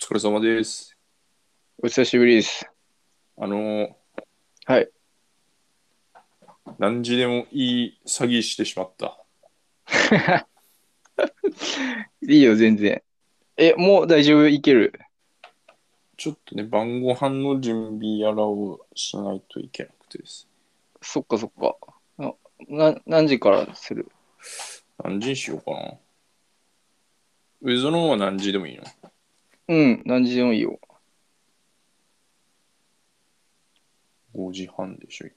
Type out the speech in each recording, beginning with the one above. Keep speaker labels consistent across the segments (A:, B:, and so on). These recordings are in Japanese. A: 疲れ様です。
B: お久しぶりです。
A: あのー
B: はい。
A: 何時でもいい詐欺してしまった。
B: いいよ、全然。え、もう大丈夫いける
A: ちょっとね、晩ご飯の準備やらをしないといけなくてです。
B: そっかそっか。あな何時からする
A: 何時にしようかな。ウェゾの方は何時でもいいの
B: うん、何時でもいいよ。
A: ?5 時半でしょ。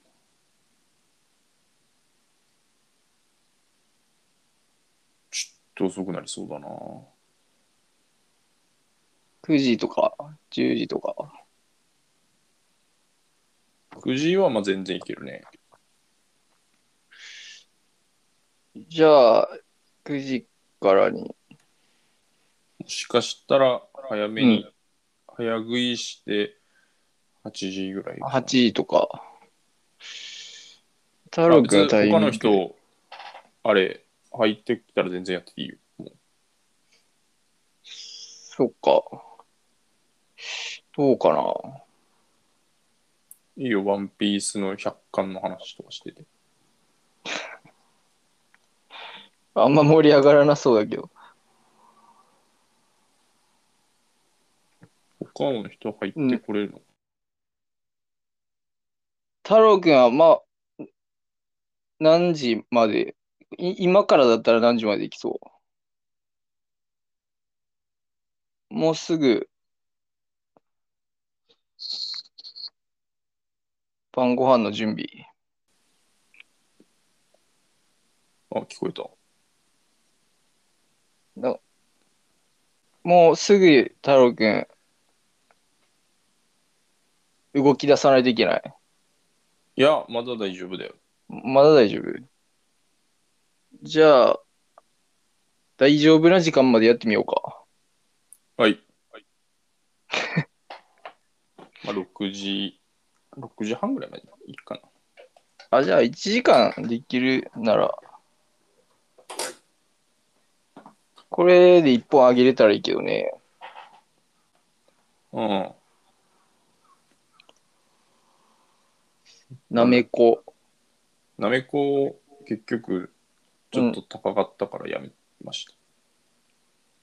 A: ちょっと遅くなりそうだな。
B: 9時とか、10時とか。
A: 9時はまあ全然いけるね。
B: じゃあ、9時からに。
A: もしかしたら早めに早食いして8時ぐらいかな。
B: 8時とか。太
A: あ
B: 郎
A: 別
B: くん
A: に
B: は大変。
A: 他の。人、あれ、入ってきたら全然やっていいよ。もう
B: そっか。どうかな。
A: いいよ、ワンピースの100巻の話とかしてて。
B: あんま盛り上がらなそうだけど。
A: 他の人入ってこれるの、
B: 太郎くんは、まあ、何時まで、い今からだったら何時まで行きそうもうすぐ、晩ご飯の準備。
A: あ、聞こえた。
B: もうすぐ、太郎くん、動き出さないといけない。
A: いや、まだ大丈夫だよ。
B: まだ大丈夫じゃあ、大丈夫な時間までやってみようか。
A: はい。まあ、6時、6時半ぐらいまでいいかな。
B: あ、じゃあ1時間できるなら、これで1本あげれたらいいけどね。
A: うん。
B: なめこ。
A: なめこ、結局、ちょっと高かったからやめました。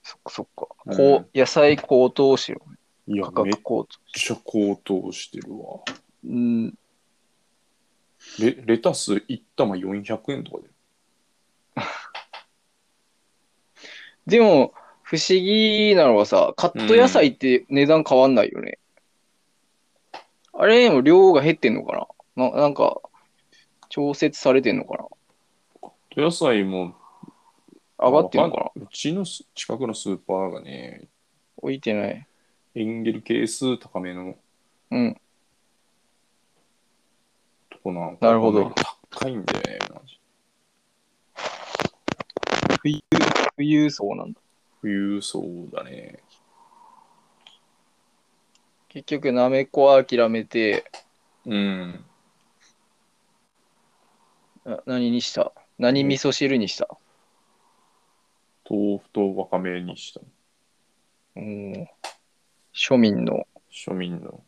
B: そっかそっか。
A: うん
B: こう、野菜高騰してる。
A: いや
B: 価、
A: めっ
B: 格高騰。
A: ちゃ高騰してるわ。
B: うん。
A: レレタス1玉400円とかで。
B: でも、不思議なのはさ、カット野菜って値段変わんないよね。あれでも量が減ってんのかなななんか、調節されてんのか
A: 野菜も
B: な上がってんのかな
A: わんうちのす近くのスーパーがね、
B: 置いてない。
A: エンゲル係数高めの
B: うん。
A: とこなの
B: なるほど。
A: 高いんだよね、マジ
B: 冬、富裕層なんだ。
A: 富裕層だね。
B: 結局、なめこは諦めて、
A: うん。
B: な何にした何味噌汁にした
A: 豆腐とわかめにした。
B: うん。庶民の、
A: 庶民の。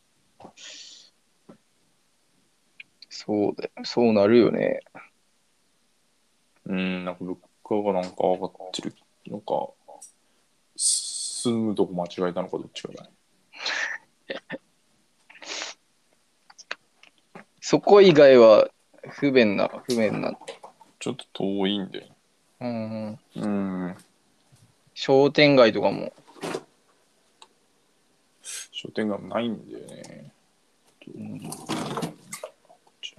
B: そうだよ。そうなるよね。
A: うん、なんか物価がなんか上がってるのか、す住むとこ間違えたのかどっちかだね。
B: そこ以外は不便な、不便な。
A: ちょっと遠いんだよね。
B: うんうん。
A: うん。
B: 商店街とかも。
A: 商店街もないんだよね。
B: うん
A: こっち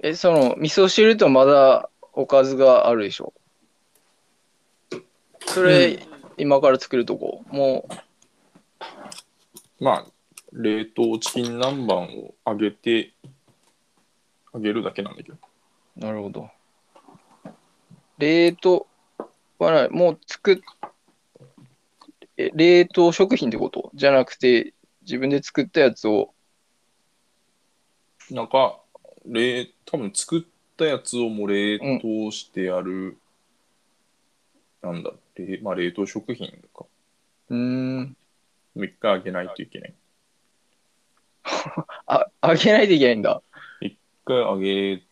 B: え、その、味噌汁とまだおかずがあるでしょそれ、今から作るとこ。も
A: まあ、冷凍チキン南蛮を揚げて、揚げるだけなんだけど。
B: う、なるほど。冷凍はない。もう作っ、え、冷凍食品ってことじゃなくて、自分で作ったやつを、
A: なんか、冷、多分作ったやつをもう冷凍してやるなんだ、冷まあ、冷凍食品か。
B: うーん。
A: 3日あげないといけない。
B: あ、あげないといけないんだ。
A: 1回あげ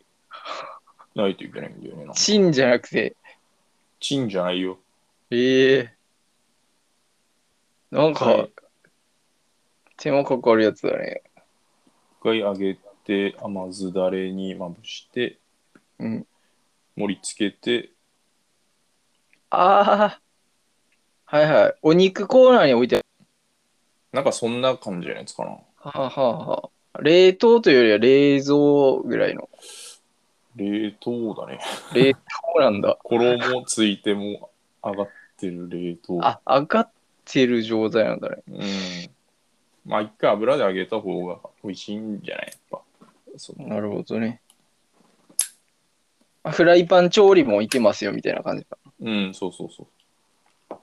A: ないといけないんだよね。なんか
B: チンじゃなくて。
A: チンじゃないよ。
B: ええなんか、
A: はい
B: 手間かかるやつだね。
A: 一回揚げて甘酢だれにまぶして
B: うん。
A: 盛り付けて
B: ああ。はいはい。お肉コーナーに置いてある。
A: なんかそんな感じのやつかな
B: はあ、はあはあ、冷凍というよりは冷蔵ぐらいの。
A: 冷凍だね
B: 冷凍なんだ。
A: 衣ついても上がってる冷凍
B: あ、上がってる状態なんだね。
A: うんまあ一回油で揚げた方が美味しいんじゃないやっぱその
B: なるほどね。あフライパン調理もいけますよみたいな感じか。
A: うんそうそうそう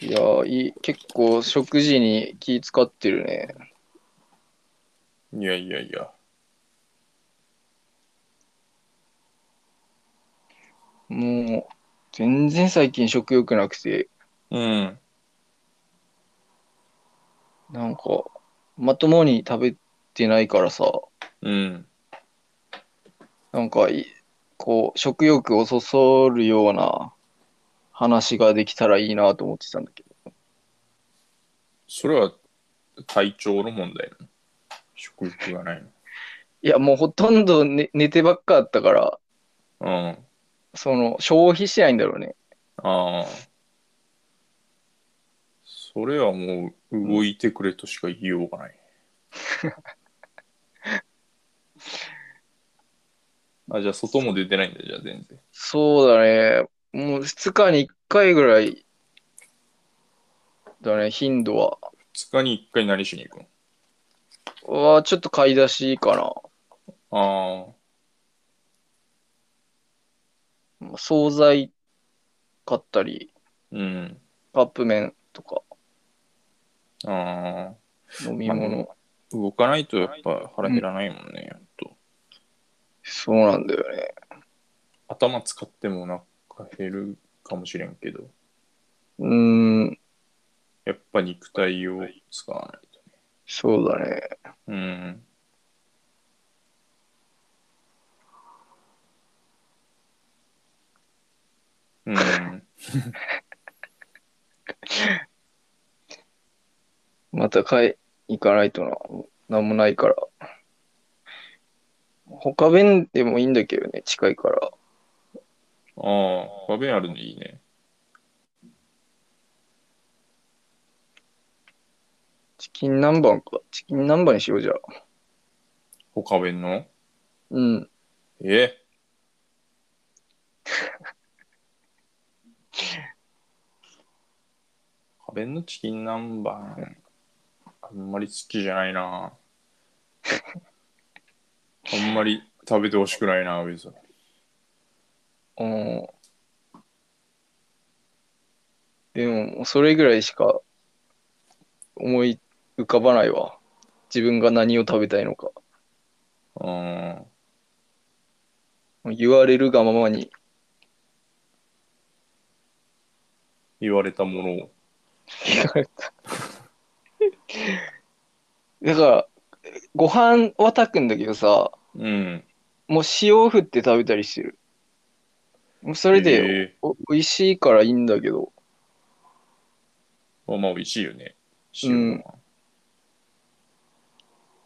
B: いやーいい、結構食事に気使ってるね。
A: いやいやいや
B: もう、全然最近食欲なくて、
A: うん
B: なんか、まともに食べてないからさ、
A: うん
B: なんかい、こう、食欲をそそるような話ができたらいいなと思ってたんだけど。
A: それは体調の問題なの食欲がない
B: いや、もうほとんど寝寝てばっかだったから、
A: のうん
B: その、消費してないんだろうね。
A: ああ。それはもう動いてくれとしか言いようがない。あ、じゃあ外も出てないんだ、じゃあ全然。
B: そうだね。もう2日に1回ぐらいだね、頻度は。
A: 2日に1回何しに行く
B: は、ちょっと買い出しか
A: の
B: な。惣菜買ったり、
A: ああ、うん。
B: カップ麺とか
A: ああ。
B: 飲み物。
A: 動かないとやっぱ腹減らないもんね、ほんと。
B: そうなんだよね。
A: 頭使ってもなんか減るかもしれんけど、
B: うーん、
A: やっぱ肉体を使わないと
B: そうだね。
A: ね。うん。うん。
B: また買い行かないとな。なんもないから。他弁でもいいんだけどね、近いから。
A: ああ、パベンあるのいいね。
B: チキン南蛮か。チキン南蛮にしようじゃあ。
A: 他弁の
B: うん。
A: えパベンのチキン南蛮、あんまり好きじゃないな。あんまり食べてほしくないな、別に。
B: うん。でも、もうそれぐらいしか思い浮かばないわ。自分が何を食べたいのか。
A: うん。
B: 言われるがままに。
A: 言われたものを。
B: だから、ご飯は炊くんだけどさ、
A: うん。
B: もう塩振って食べたりしてる。もうそれで
A: え
B: お、美味しいからいいんだけど、
A: えまあまあ、美味しいよね。塩は。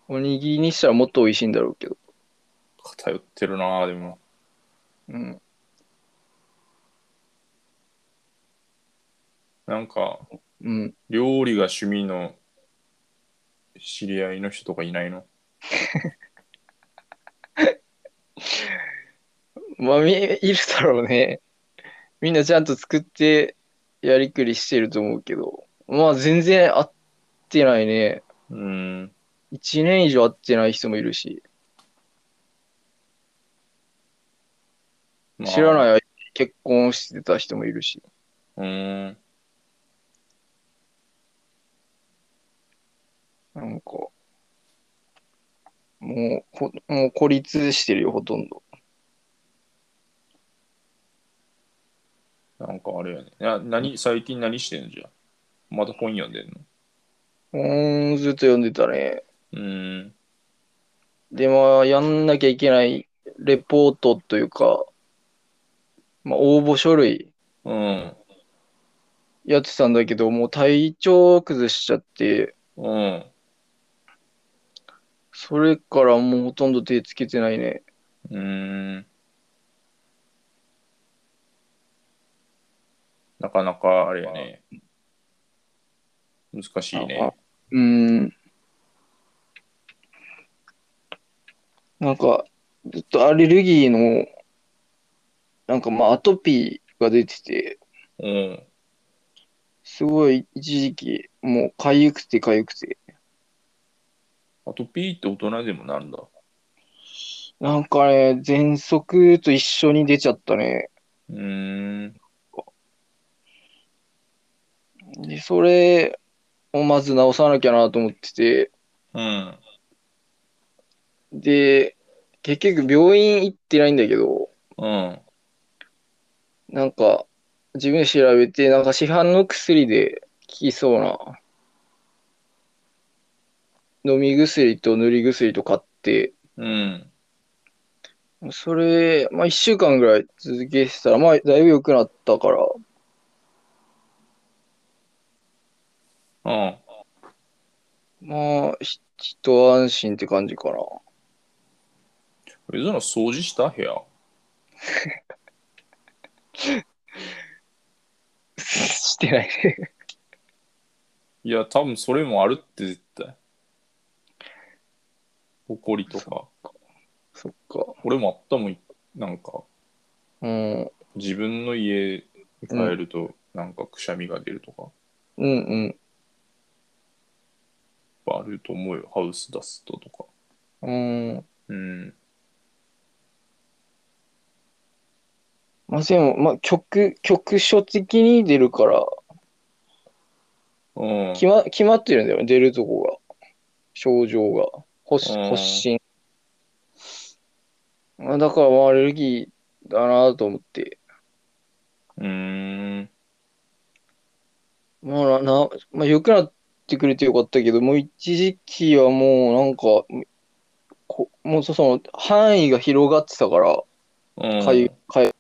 B: おにぎりにしたらもっと美味しいんだろうけど。
A: 偏ってるな、でも。
B: うん。
A: なんか、
B: うん。
A: 料理が趣味の知り合いの人とかいないの
B: まあ、み、いるだろうね。みんなちゃんと作ってやりくりしてると思うけど、まあ全然会ってないね。
A: うん。。
B: 1年以上会ってない人もいるし、知らないい間に結婚してた人もいるし。
A: うん。
B: なんか、もう、ほもう孤立してるよ、ほとんど。
A: なんかあれやね。な何最近何してんのじゃあまた本読んでんの
B: うーん、ずっと読んでたね。
A: うーん。
B: で、まあ、やんなきゃいけないレポートというか、まあ、応募書類
A: うん。
B: やってたんだけど、もう体調崩しちゃって、
A: うん。
B: それからもうほとんど手つけてないね。
A: うーん。なかなかあれやね。難しいね。
B: うーん。なんか、ずっとアレルギーの、なんかまあ、アトピーが出てて、
A: うん。
B: すごい一時期、もう痒くて痒くて。
A: アトピーって大人でもなるんだ。
B: なんかね、喘息と一緒に出ちゃったね。
A: うーん。
B: で、それをまず治さなきゃなと思ってて、
A: うん。
B: で、結局病院行ってないんだけど、
A: うん。
B: なんか自分で調べて、なんか市販の薬で効きそうな飲み薬と塗り薬と買って、
A: うん。
B: それ、まあ1週間ぐらい続けてたら、まあだいぶ良くなったから、
A: うん。
B: まあひ一安心って感じかな。
A: え、その掃除した部屋。
B: してないね。
A: いや、多分それもあるって絶対。怒りとか。
B: そっか。
A: 俺もあったもん、なんか、
B: うん。
A: 自分の家に帰ると、なんかくしゃみが出るとか、
B: うんうん。
A: やっぱあると思うよ。ハウスダストとか。
B: うん。
A: うん。
B: まあ、でも、まあ、局、局所的に出るから、
A: うん。
B: 決ま、決まってるんだよね、出るとこが。症状が。発
A: うん
B: 発疹。まあ、だから、まあ、アレルギーだなと思って。
A: うーん。
B: まあ、な、なまあ、良くなってくれてよかったけど、もう一時期はもう、なんか、こもうそその、範囲が広がってたから、
A: うん。
B: かゆ、かゆ、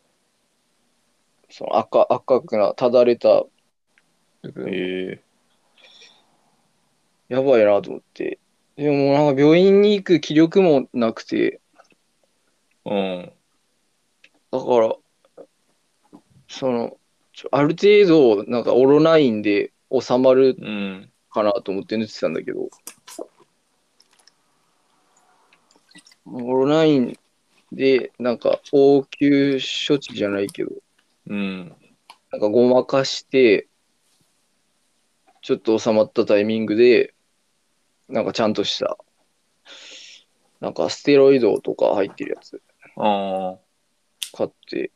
B: その赤、赤くな、ただれた部分
A: え
B: やばいなと思って。でももうなんか病院に行く気力もなくて、
A: ー、うん。
B: だから、その、ちょある程度、なんかオロナインで収まる
A: うん。
B: かなと思って塗ってたんだけど、オロナインで、なんか応急処置じゃないけど、
A: うん。
B: なんかごまかして、ちょっと収まったタイミングで、なんかちゃんとした、なんかステロイドとか入ってるやつ
A: ああ。
B: 買って、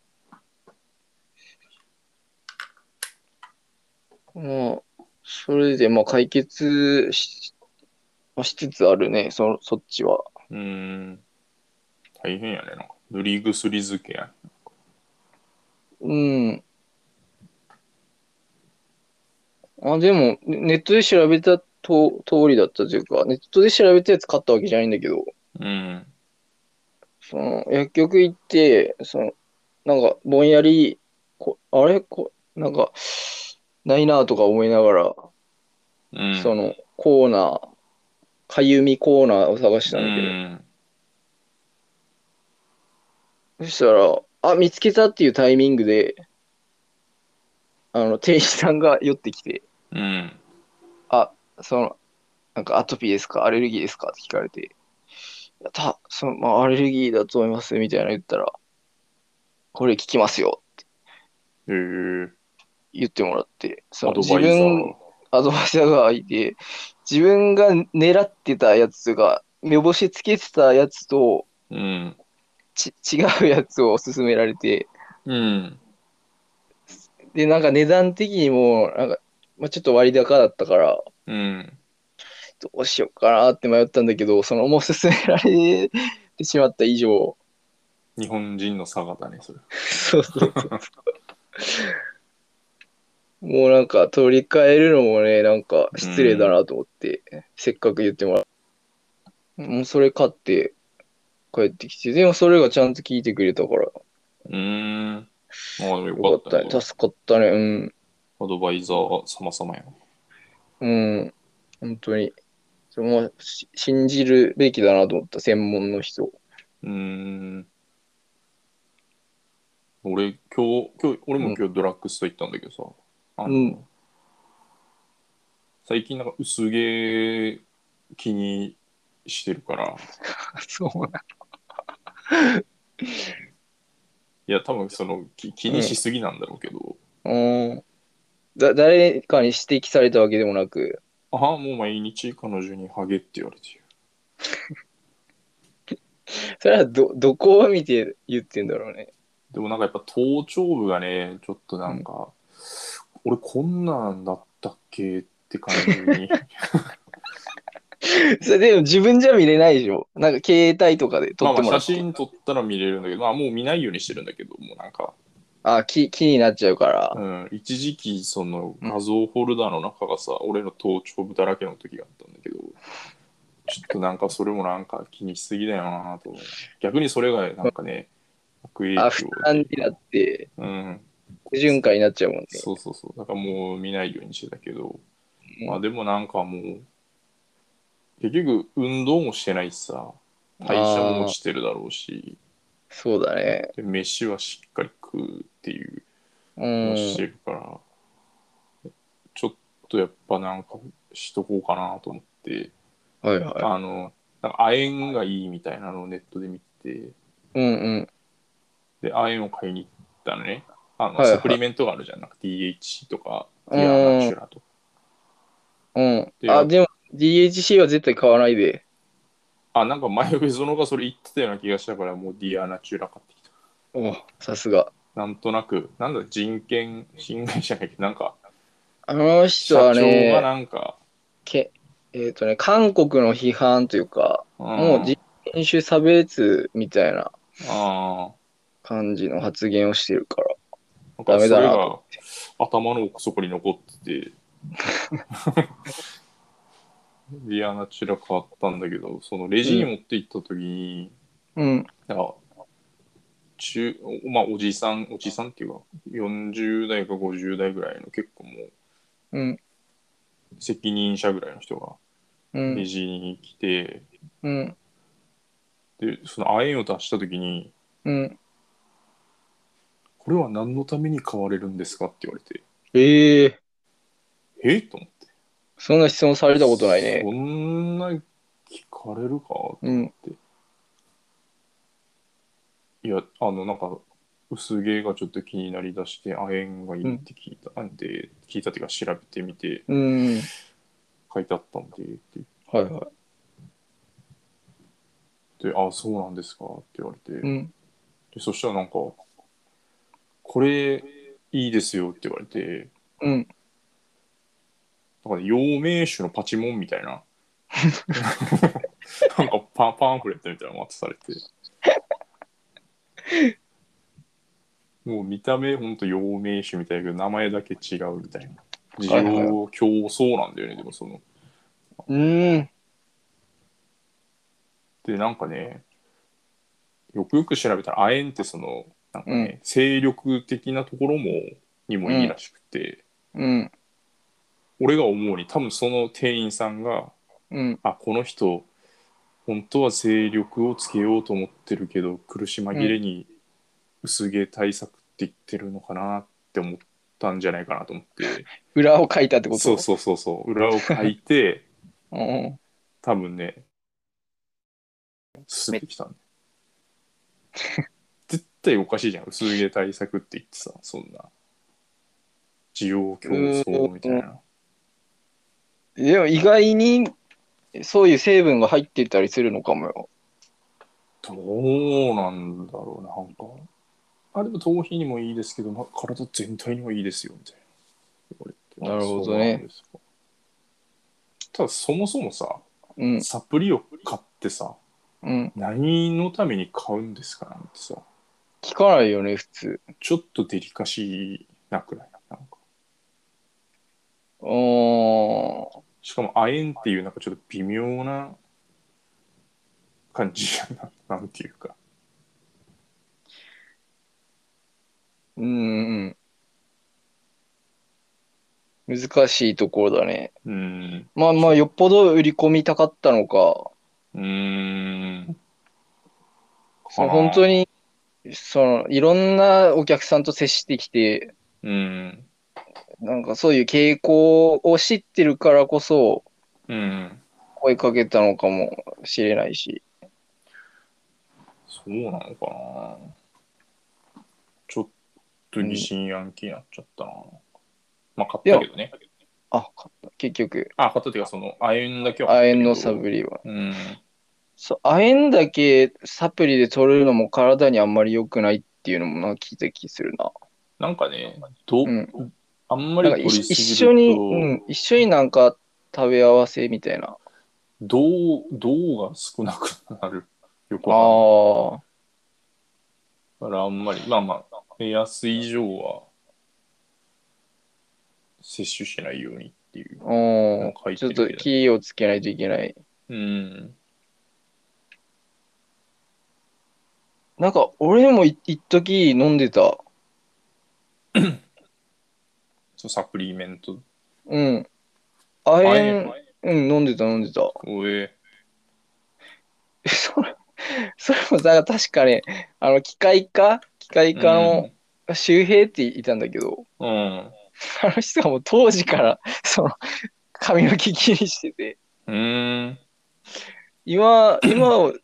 B: まあ、それでまあ解決しまあしつつあるね、そそっちは。
A: うーん。大変やね。なんか塗り薬漬けや。
B: うん。あ、でも、ネネットで調べたと通りだったというか、ネットで調べたやつ買ったわけじゃないんだけど、
A: うん。
B: その、薬局行って、その、なんか、ぼんやり、こ、あれこ、なんか、ないなとか思いながら、
A: うん。
B: その、コーナー、かゆみコーナーを探してた
A: うん
B: だけど、
A: ん。
B: そしたら、あ、見つけたっていうタイミングで、あの、店員さんが寄ってきて、
A: うん。
B: その、なんかアトピーですかアレルギーですかって聞かれて、いやた、その、まあ、アレルギーだと思います、みたいなの言ったら、これ聞きますよ、
A: へえ。
B: 言ってもらって、そ
A: ア
B: の
A: ド
B: 自
A: バイザ
B: 分、
A: ー。
B: アドバイザーがいて、自分が狙ってたやつというか、目星つけてたやつと、
A: うん。
B: ち、 違うやつを勧められて、
A: うん。
B: で、なんか値段的にも、なんか、まあ、ちょっと割高だったから、
A: うん。
B: どうしようかなって迷ったんだけど、その、もう勧められてしまった 以上、
A: 日本人の差がだね、それ。
B: そうそうそう。もうなんか取り替えるのもね、なんか失礼だなと思って、せっかく言ってもらう。もうそれ買って帰ってきて、でもそれがちゃんと聞いてくれたから、よ
A: うーん。ああ、
B: か
A: よ
B: っ
A: かったた
B: ね
A: ね。。
B: 助かったね。うん。
A: アドバイザー様様やな。
B: うん。本当に。それもし信じるべきだなと思った、専門の 人。
A: うーん。俺、今日、今日、俺も今日ドラッグストア行ったんだけどさ。あの
B: うん
A: 最近なんか薄毛気にしてるから。
B: そうな。
A: いや、多分その気気にしすぎなんだろうけど。
B: うん。だ、誰かに指摘されたわけでもなく、
A: ああ、もう毎日彼女にハゲって言われてる。
B: それはど、どこを見て言ってんだろうね。
A: でもなんかやっぱ頭頂部がね、ちょっとなんか、俺こんなんだったっけって感じ に。
B: それでも自分じゃ見れないでしょ。なんか携帯とかで
A: ま
B: 撮
A: あ
B: っても
A: ま
B: ら
A: あ
B: っ
A: 写
B: て。
A: 真撮ったら見れるんだけど、まあもう見ないようにしてるんだけど、もうなんか、
B: あ、気、気になっちゃうから。
A: うん、一時期その画像フォルダの中がさ、俺の頭頂部だらけの時があったんだけど、ちょっとなんかそれもなんか気にしすぎだよなと思う。逆にそれがなんかね、悪影
B: あ、
A: 響
B: 負担になって、
A: うん、
B: 不循環になっちゃうもんね。
A: そうそうそう。だからもう見ないようにしてたけど、まあでもなんかもう、結局運動もしてないしさ、代謝も落ちてるだろうし、
B: そうだね。
A: で飯はしっかり食うっていう
B: う
A: のを
B: ん。
A: してるから、ちょっとやっぱなんかしとこうかなと思って、
B: はいは
A: あの、なんか亜鉛がいいみたいなのをネットで見て、
B: い。うんうん。
A: で、亜鉛を買いに行ったのね。あの、
B: はいはい
A: サプリメントがあるじゃん。なんか DHC とか、
B: う
A: デ
B: ん
A: ィアナチュラとか。
B: うん。
A: で
B: あ、でも DHC は絶対買わないで。
A: あ、なんか前上園がそれ言ってたような気がしたから、もうディアナチュラ買ってきた。
B: おさすが。
A: なんとなく、なんだ、人権侵害じゃないけど、なんか、
B: あの
A: 社
B: 人
A: 長
B: は
A: が
B: ね、
A: なんか、
B: けえっ、とね、韓国の批判というか、もう人種差別みたいな
A: あ
B: 感じの発言をしてるから。
A: あ、なん
B: ダ
A: かそ
B: メだ
A: れ
B: な
A: が頭の奥底に残って て、ディアナチュラ買ったんだけど、そのレジに持って行った時に、
B: うん。
A: なんか、中まあ、おじさん、おじさんっていうか、40代か50代ぐらいの結構もう
B: うん。
A: 責任者ぐらいの人が
B: う
A: レ
B: ん。
A: ジに来て、
B: うん。
A: で、その亜鉛を出したときに、
B: うん。
A: これは何のために買われるんですかって言われて、
B: ええー、
A: えと思って。
B: そんな質問されたことないね。
A: そんな聞かれるか
B: うん。
A: いや、あの、なんか、薄毛がちょっと気になりだして、亜鉛がいいって聞いた、ん、で、聞いたっていうか、調べてみて、
B: うん。
A: 書いてあったんで、って
B: はいはい。
A: 言って、あ、そうなんですかって言われて、
B: うん。
A: でそしたらなんか、これ、いいですよって言われて、
B: うん。
A: なんかね、陽明酒のパチモンみたいな、 なんかパパンフレットみたいなのも渡されて、もう見た目、ほんと陽明酒みたいだけど、名前だけ違うみたいな。事
B: はいはい
A: 情競争なんだよね、でもその。
B: うん。
A: で、なんかね、よくよく調べたら、亜鉛ってその、なんかね、
B: うん
A: 精力的なところも、にもいいらしくて、
B: うん。
A: 俺が思うに、多分その店員さんが、
B: うん。
A: あこの人本当は勢力をつけようと思ってるけど苦し紛れに薄毛対策って言ってるのかなって思ったんじゃないかなと思っ て、
B: 裏を書いたってこと
A: そうそうそうそう裏を書いて
B: うん。
A: 多分ね進んできた ん絶対おかしいじゃん薄毛対策って言ってさそんな需要競争みたいな
B: でも意外にそういう成分が入ってたりするのかもよ。
A: どうなんだろうな、なんか。あ、でも頭皮にもいいですけど、ま、体全体にもいいですよ、みたいな言われて。
B: なるほ
A: あ。そ
B: どね
A: うなんですかただ、そもそもさ、
B: うん。
A: サプリを買ってさ、
B: うん。
A: 何のために買うんですかなんてさ、
B: 聞かないよね、普通。
A: ちょっとデリカシーなくないなんか。
B: おー
A: しかも、亜鉛っていう、なんかちょっと微妙な感じやな。なんていうか。
B: うんうん。難しいところだね。
A: うん。
B: まあまあ、よっぽど売り込みたかったのか、
A: うーん。
B: その本当に、その、いろんなお客さんと接してきて、
A: うん。
B: なんかそういう傾向を知ってるからこそ、
A: うん。
B: 声かけたのかもしれないし。
A: そうなのかなちょっと疑心暗鬼になっちゃったな。まあ、買ったけどね。
B: あ、勝った結局、
A: あ、買ったっていうか、その、亜鉛だけは
B: 亜
A: 買ったけ
B: 鉛
A: ど。
B: のサプリは。
A: うん。
B: そう、亜鉛だけサプリで取るのも体にあんまり良くないっていうのもなんか聞いた気するな。
A: なんかね、ど
B: う。
A: うんあんま
B: な
A: り
B: んか
A: 取り
B: 一
A: すぎると
B: 一緒に、うん、一緒になんか食べ合わせみたいな。
A: 銅銅が少なくなる。 よく
B: ああ
A: わ
B: ー、
A: かんないだからあんまり、まあまあ、目安以上は摂取しないようにっていう。
B: う
A: なん
B: ん
A: か入。って
B: ちょ
A: る
B: っ
A: けど
B: と気をつけないといけない。
A: うん。
B: なんか俺もい一時飲んでた。
A: そうサプリメント。
B: うん。亜
A: 亜
B: 鉛
A: 鉛、
B: うん、飲んでた飲んでた。
A: おえ
B: それ、 それもさ、確かね、あの、機械科機械科の周平っていたんだけど、
A: うん。
B: あの人はもう当時から、その、髪の毛気にしてて、
A: うん。
B: 今、今を、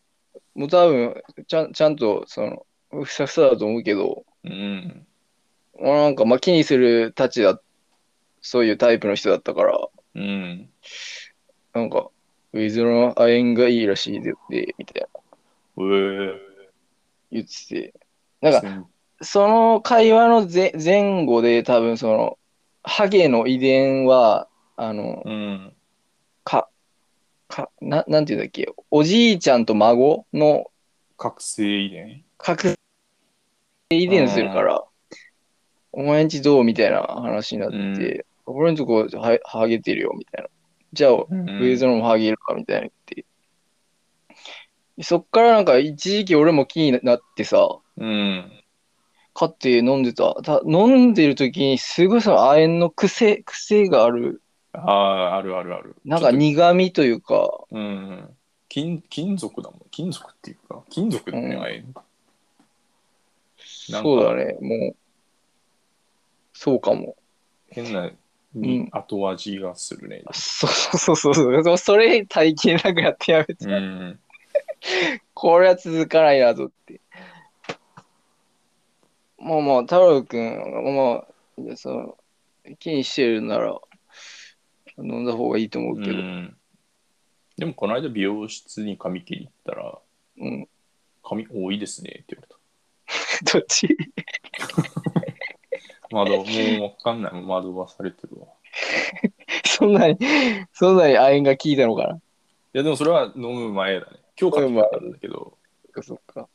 B: もう多分、ちゃん、ちゃんと、その、ふさふさだと思うけど、
A: うん。
B: まあなんか、まあ、気にするたちだ、そういうタイプの人だったから、
A: うん。
B: なんか、ウィズの亜鉛がいいらしいで、でみたいな、
A: おえ
B: 言ってて、なんか、その会話の前前後で多分そのハゲの遺伝はあの
A: うん。
B: かかななんていうんだっけおじいちゃんと孫の
A: 覚醒遺伝。
B: 覚醒遺伝するからお前んちどうみたいな話になって、俺んとこはハゲてるよみたいなじゃあ、
A: うん
B: ウェイゾのもハゲるかみたいな言ってそっからなんか一時期俺も気になってさ、
A: うん。
B: 買って飲んでた。た飲んでる時にすごいその亜鉛の癖、癖がある。
A: ああ、あるあるある。
B: なんか
A: ちょっ
B: 苦味というか、
A: とうん。金金属だもん。金属っていうか、金属だね、
B: うん
A: あれ。なんか
B: そうだね、もう。そうかも。
A: 変な、
B: ん
A: 後味がするね。
B: そうそうそうそうそう。それ体験なくなってやめて、
A: うん。
B: これは続かないなとって。まあまあ、太郎くん、まあ、いやその気にしてるなら、飲んだ方がいいと思うけど。
A: うんでも、この間美容室に髪切り行ったら、
B: うん。
A: 髪多いですねって言われた。
B: どっち
A: 窓、もうわかんない。窓はされてるわ。
B: そんなに、そんなに亜鉛が効いたのかない
A: や、でもそれは飲む前だね。今日買ってきたんだけど。
B: そっかそっか。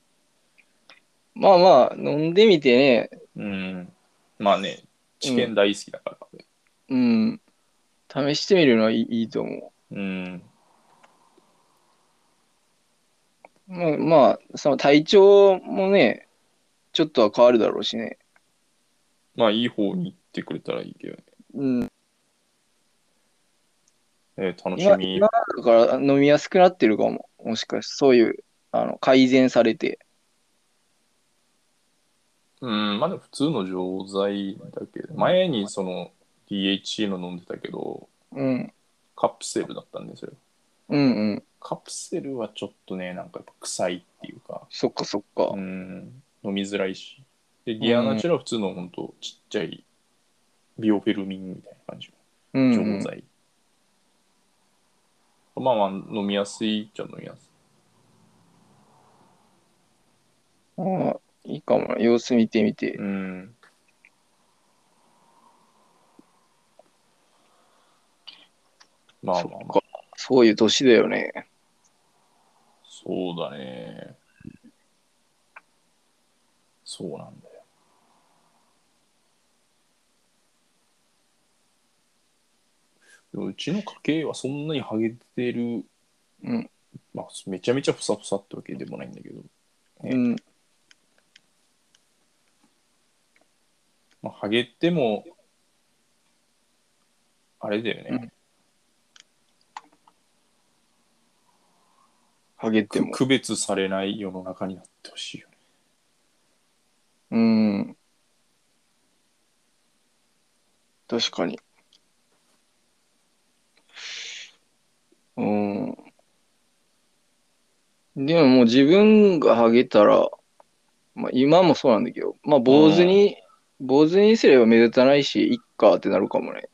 B: まあまあ、飲んでみてね、
A: うん。まあね、知見大好きだから。
B: うん、試してみるのはいいいいと思
A: うん。
B: う。まあ、まあ、その体調もね、ちょっとは変わるだろうしね。
A: まあ、いい方に行ってくれたらいいけどね。
B: うん、
A: えー楽し
B: 今
A: み
B: 今。だから飲みやすくなってるかも。もしかして、そういう、あの改善されて。
A: うん、まあでも普通の錠剤だけど、前にその DHA の飲んでたけど、
B: うん、
A: カプセルだったんですよ。
B: うん、うん。
A: カプセルはちょっとね、なんかやっぱ臭いっていうか、
B: そっかそっか
A: う。ん、飲みづらいし。で、ギアナチュラは普通の本当ちっちゃいビオフェルミンみたいな感じ
B: うん、
A: の
B: う
A: 錠
B: ん。
A: 剤。まあまあ飲みやすいっちゃ飲みやすい。
B: ああいいかもな。様子見てみて。
A: うん。まあ
B: そ
A: まあ
B: っ
A: まあ、
B: か。そういう年だよね。
A: そうだね。そうなんだよ。でもうちの家系はそんなにハゲてる、
B: うん
A: まあ、めちゃめちゃふさふさってわけでもないんだけど、
B: うん。
A: まあ、ハゲても、あれだよね、
B: ハゲて
A: く
B: も。
A: 区別されない世の中になってほしいよね。
B: うん。確かに。うん。でももう自分がハゲたら、まあ今もそうなんだけど、まあ坊主に、坊主にすれば目立たないし、いっかってなるかもね。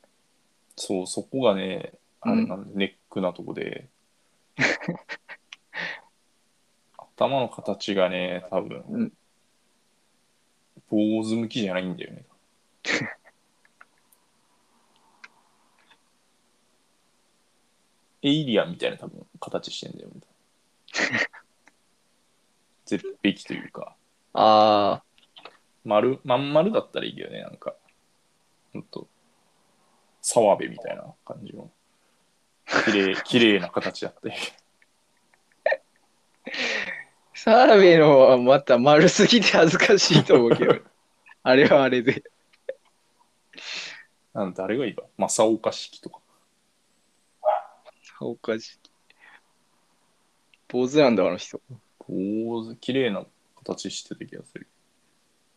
A: そう、そこがね、あれなんで、ネックなとこ で。頭の形がね、多分、
B: うん
A: 坊主向きじゃないんだよ ね。エイリアンみたいな多分形してんだよ。 絶壁というか、
B: ああ。
A: 丸、まん丸だったらいいけどね、なんか。ほんと、澤部みたいな感じの。綺麗、 綺麗な形だったり。
B: 澤部のはまた丸すぎて恥ずかしいと思うけ ど、あれはあれで。
A: なんてあれがいいか。正岡式とか。
B: おかしい。坊主なんだ、あの人。
A: 坊主、綺麗な形してた気がする。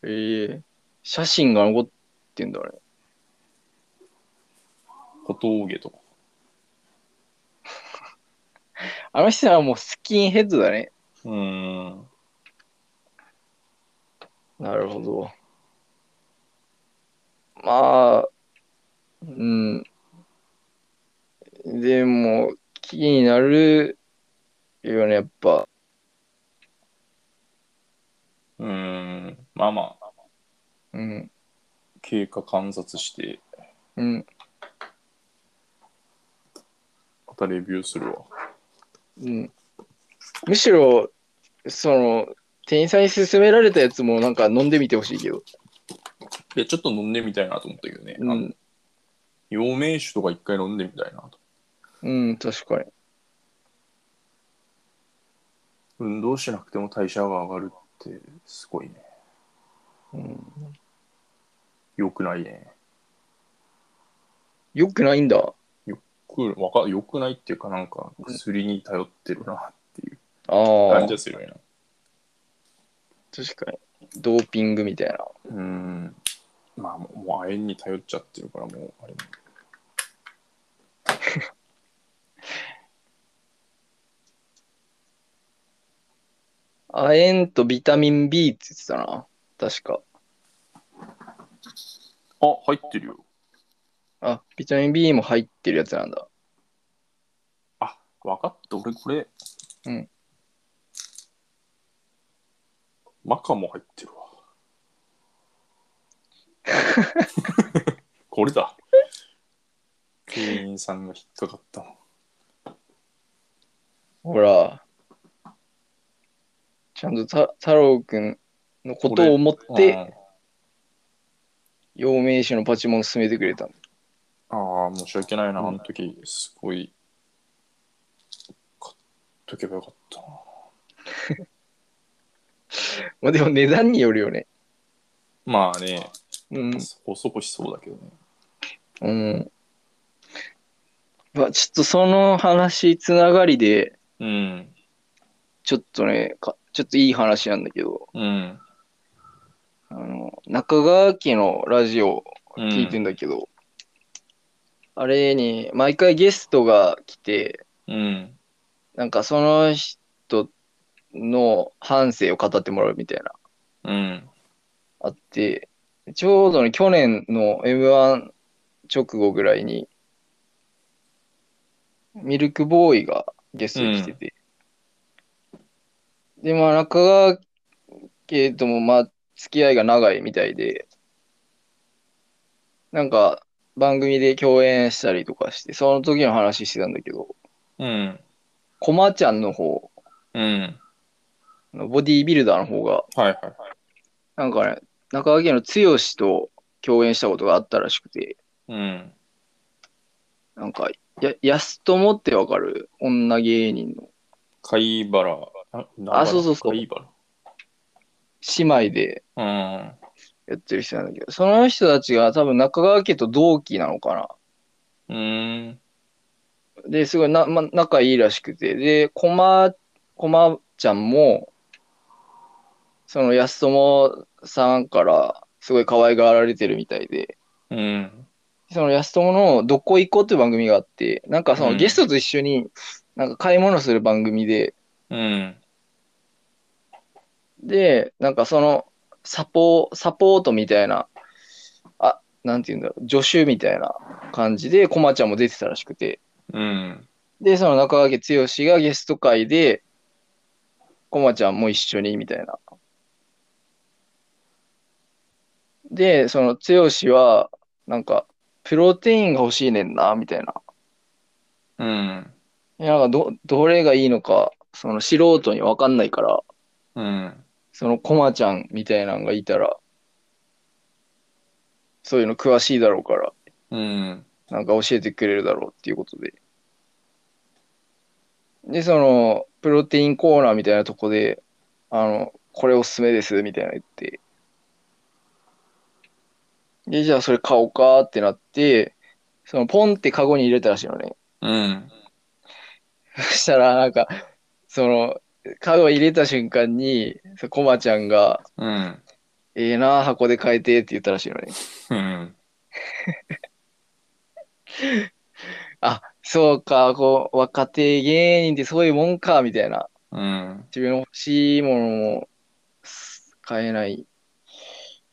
B: ええ写真が残ってんだ、あれ。
A: 小峠とか。
B: あの人はもうスキンヘッドだね。
A: うーん。
B: なるほど。まあ、うん。でも、気になるよね、やっぱ。
A: うーん。まあまあ、
B: うん。
A: 経過観察して、
B: うん。
A: またレビューするわ。
B: うん。むしろ、その、店員さんに勧められたやつもなんか飲んでみてほしいけど。
A: いや、ちょっと飲んでみたいなと思ったけどね。
B: う
A: あの
B: ん。
A: 陽明酒とか一回飲んでみたいなと。
B: うん、確かに。
A: 運動しなくても代謝が上がるって、すごいね。
B: うん、
A: よくないね。
B: よくないんだ。
A: くわかよくないっていうか、なんか薬に頼ってるなっていう
B: ああ
A: 感じ。がするよね。
B: 確かに。ドーピングみたいな。
A: うーん。まあ、もう、もう亜鉛に頼っちゃってるから、もう、あれなんだけど
B: 亜鉛とビタミン B って言ってたな。確か。
A: あ、入ってるよ。
B: あ、ビタミン B も入ってるやつなんだ。
A: あ、分かった。俺、これ。
B: うん。
A: マカも入って るわ。これだ。 店員さんが引っかかったの。
B: ほら。ちゃんとた太郎くんのことを思って、陽明酒のパチモン進めてくれたんだ。
A: うん、ああ、申し訳ないな。
B: うん
A: あの時、すごい、買っとけばよかったな。
B: まあでも値段によるよね。
A: まあね、
B: うん。
A: そこそこしそうだけどね。
B: うん。うわ、ちょっとその話つながりで、
A: うん。
B: ちょっとねか、ちょっといい話なんだけど、
A: うん。
B: あの、中川家のラジオ
A: うん
B: 聞いてんだけど、あれに毎回ゲストが来て
A: うん。
B: なんかその人の半生を語ってもらうみたいな
A: うん。
B: あってちょうどね去年の m 1直後ぐらいにミルクボーイがゲストに来てて、でまあ中川家ともまあ付き合いが長いみたいでなんか番組で共演したりとかしてその時の話してたんだけど
A: うん。
B: コマちゃんの方
A: うん。
B: のボディービルダーの方が
A: はいはいはい。
B: なんかね中川家の剛と共演したことがあったらしくて
A: うん。
B: なんか、や、安友ってわかる女芸人の。
A: 貝原。あ、
B: あそうそうそう
A: 貝原。
B: 姉妹で
A: うん。
B: やってる人なんだけど、その人たちが多分中川家と同期なのか
A: う
B: な。
A: ーん。
B: で、すごいな、ま、仲いいらしくて、で、こま、こまちゃんも、その安友さんからすごい可愛がられてるみたいで、
A: うん。
B: その安友のどこ行こうっていう番組があって、なんかそうの
A: ん
B: ゲストと一緒になんか買い物する番組で、
A: うん。
B: で、なんかそのサポ、サポートみたいな、あ、なんて言うんだろう、助手みたいな感じで、こまちゃんも出てたらしくて、
A: うん。
B: で、その中川家剛がゲスト会で、こまちゃんも一緒にみたいな。で、その剛は、なんか、プロテインが欲しいねんな、みたいな。
A: うん。
B: いやなんかど、どれがいいのか、その素人にわかんないから、
A: うん。
B: そのこまちゃんみたいなのがいたら、そういうの詳しいだろうから、
A: うん。
B: なんか教えてくれるだろうっていうことで。で、その、プロテインコーナーみたいなとこで、あの、これおすすめです、みたいなの言って。で、じゃあそれ買おうかってなって、その、ポンってカゴに入れたらしいのね。
A: うん。
B: そしたら、なんか、その、カゴ入れた瞬間に、そうコマちゃんが、
A: うん。
B: ええな、箱で買えてって言ったらしいのね。
A: うん。
B: あ、そうか、こう、若手芸人ってそういうもんか、みたいな。
A: うん。
B: 自分の欲しいものもす買えない。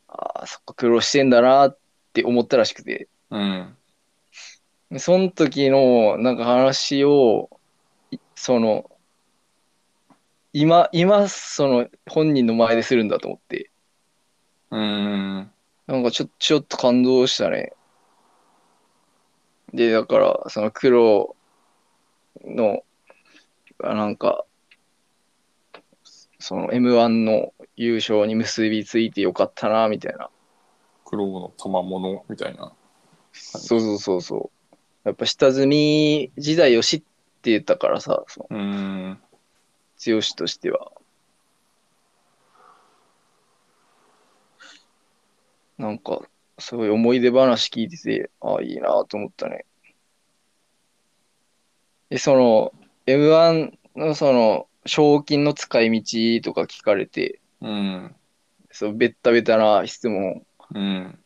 B: ああ、そっか、苦労してんだなって思ったらしくて。
A: うん。
B: その時の、なんか話を、いその、今、今、その、本人の前でするんだと思って。
A: うん。
B: なんかちょ、ちょっと感動したね。で、だから、その苦労の、なんか、その M1 の優勝に結びついてよかったな、みたいな。
A: 苦労の賜物みたいな。
B: そうそうそうそう。やっぱ下積み時代を知ってたからさ、その
A: うん。
B: 強しとしては。なんか、すごい思い出話聞いてて、ああ、いいなと思ったね。え、その、M1 のその、賞金の使い道とか聞かれて、
A: うん。
B: そう、ベッタベタな質問。
A: うん。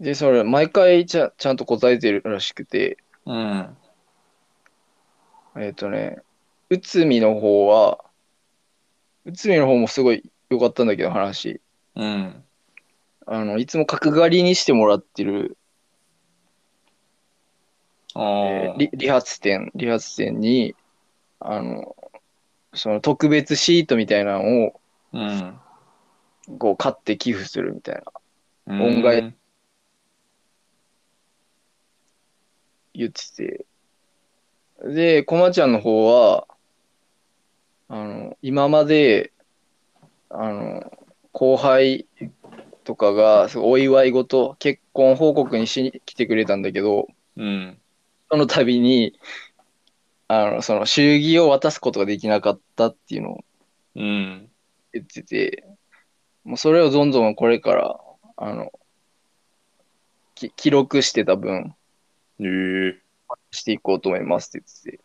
B: で、それ、毎回ちゃちゃんと答えてるらしくて、
A: うん。
B: えっ、とね、内海の方は、内海の方もすごい良かったんだけど、話。
A: うん。
B: あの、いつも角刈りにしてもらってる、
A: あ
B: えー
A: あ。
B: り理髪店、理髪店に、あの、その特別シートみたいなのを、
A: うん。
B: こう、買って寄付するみたいな、
A: うん
B: 恩返。言ってて。で、こまちゃんの方は、あの、今まで、あの、後輩とかが、すごいお祝い事、結婚報告にしに来てくれたんだけど、
A: うん。
B: その度に、あの、その、祝儀を渡すことができなかったっていうのを
A: うん。
B: 言ってて、もうそれをどんどんこれから、あの、き記録してた分、
A: ええ。
B: していこうと思いますって言ってて。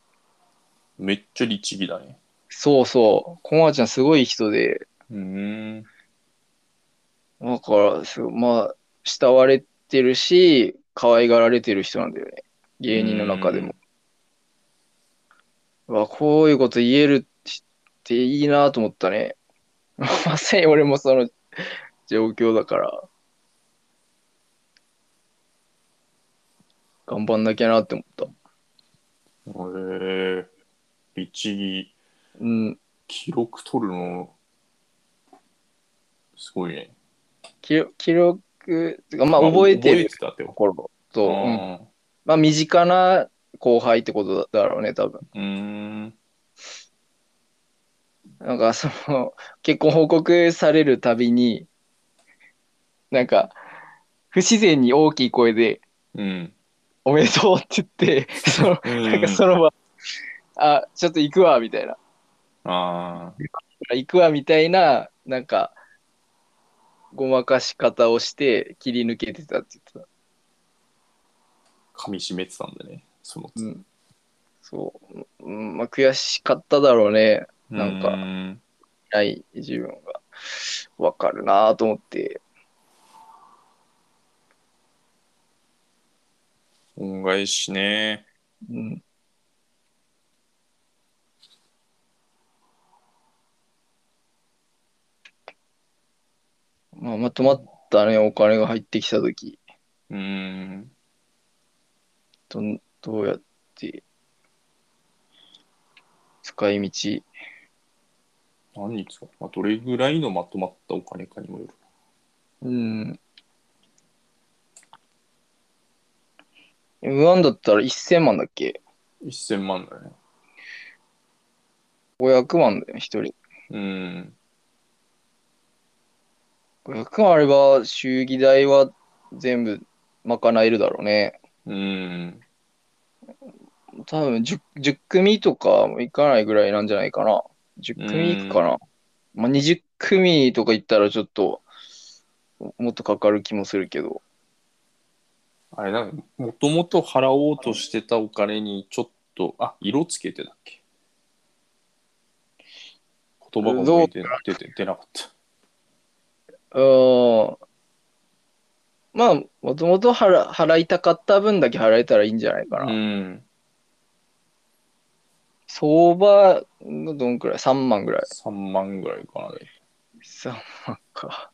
A: めっちゃ律儀だね。
B: そうそう、コマちゃんすごい人で、
A: うん。
B: だから、すまあ、慕われてるし、可愛がられてる人なんだよね。芸人の中でも。うわ、こういうこと言えるっていいなと思ったね。 まさに俺もその状況だから。頑張んなきゃなって思った。
A: ええ。律儀。
B: うん。
A: 記録取るの。すごいね。
B: 記録、記録、てかまあ覚えて
A: 覚え
B: る
A: てたってこと
B: 心と、うん
A: あ
B: まあ身近な後輩ってことだろうね、多分。
A: ーうん。
B: なんかその結婚報告されるたびになんか不自然に大きい声で
A: うん。
B: 「おおめでとうって言って、その、
A: うん
B: なんかその場、あ、ちょっと行くわ、みたいな。
A: あー
B: 行くわ、みたいな、なんか、ごまかし方をして切り抜けてたって言って
A: 噛み締めてたんだね。その
B: た。うん。そう。うん、まあ、悔しかっただろうね。なんか
A: うん
B: ない自分が。わかるなぁと思って。
A: 恩返しね。
B: うん。まあ、まとまったね、お金が入ってきたとき、
A: うん。
B: どん、どうやって、使い道、
A: 何日か、まあ、どれぐらいのまとまったお金かにもよる。
B: うん。M1 だったら1000万だっけ
A: 1000万だね。
B: ?500 万だよね、一人。
A: うん。
B: 500万あれば、祝儀代は全部賄えるだろうね。
A: うん。
B: 多分10、10組とかもいかないぐらいなんじゃないかな。10組いくかな。まあ、20組とかいったらちょっと、もっとかかる気もするけど。
A: あれ、なんか、もともと払おうとしてたお金にちょっと、あ、色つけてだっけ言葉が思い出出て出なかった。
B: うーん。まあ、もともと払払いたかった分だけ払えたらいいんじゃないかな。
A: うん。
B: 相場のどんくらい ?3 万ぐらい。
A: 3万ぐらいかな、ね。
B: 3万か。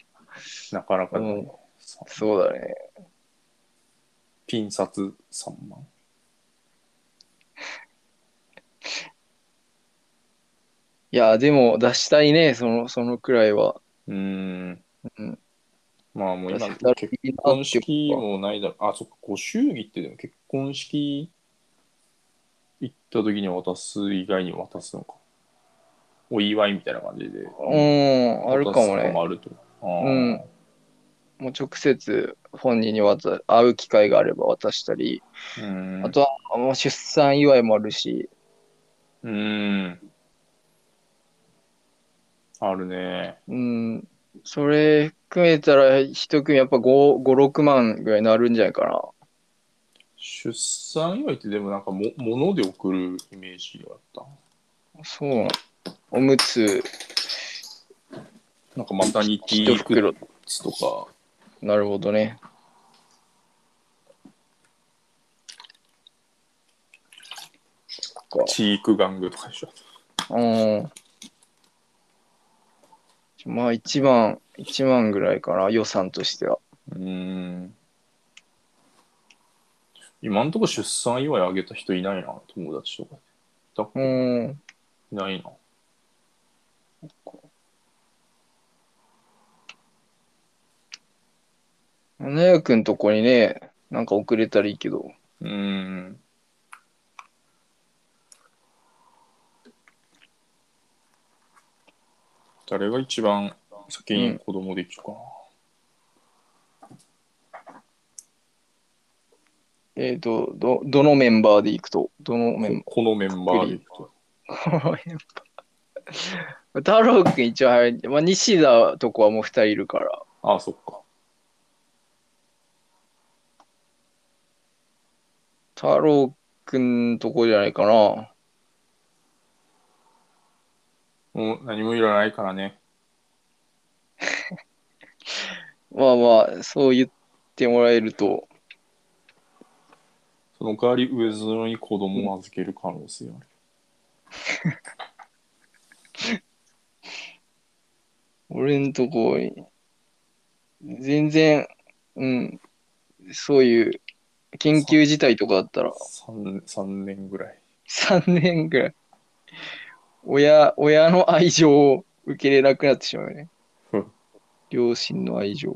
A: なかなかね、
B: うん
A: さ
B: そうだね。
A: ピン札3万。
B: いや、でも出したいね、その、そのくらいは。
A: うん。
B: うん
A: まあもう今、
B: 確かに
A: 結婚式もないだろう。あ、そっか、ご祝儀ってでも結婚式行った時に渡す以外に渡すのか。お祝いみたいな感じで。
B: うん、あるか
A: 渡
B: も
A: すの
B: ね。
A: もあると。あー
B: うんもう直接本人に渡会う機会があれば渡したり、
A: うん。
B: あとはもう出産祝いもあるし、
A: うん。あるね。
B: うん、それ含めたら一組やっぱ5、5 6万ぐらいになるんじゃないか
A: 出産祝いってでもなんかも物で送るイメージがあった。
B: な。そうなの。おむつ
A: なんかマタニテ
B: 一
A: ィグッ
B: 袋。
A: ズとか。
B: なるほどね。
A: チーク玩具とかでしょ。
B: うん。まあ1万、1万ぐらいかな、予算としては。
A: うーん。今んとこ出産祝いあげた人いないな、友達とか。
B: うん。
A: いないな。
B: 七谷くんとこにね、なんか遅れたらいいけど。
A: うーん。誰が一番先に子供できるかな。
B: えっ、と、ど、どのメンバーで行くとどのメン
A: このメンバーでいくと。
B: バーこのメンバー太郎くん一応入って、まあ、西田とこはもう二人いるから。
A: ああ、そっか。
B: 太郎くんとこじゃないかな。
A: もう何もいらないからね。
B: まあまあ、そう言ってもらえると。
A: その代わり上園に子供を預ける可能性ある。
B: 俺んとこに、全然、うん、そういう、緊急事態とかだったら、
A: 3, 三年ぐらい。
B: 3年ぐらい、親、親の愛情を受けれなくなってしまうよね
A: うん。
B: 両親の愛情。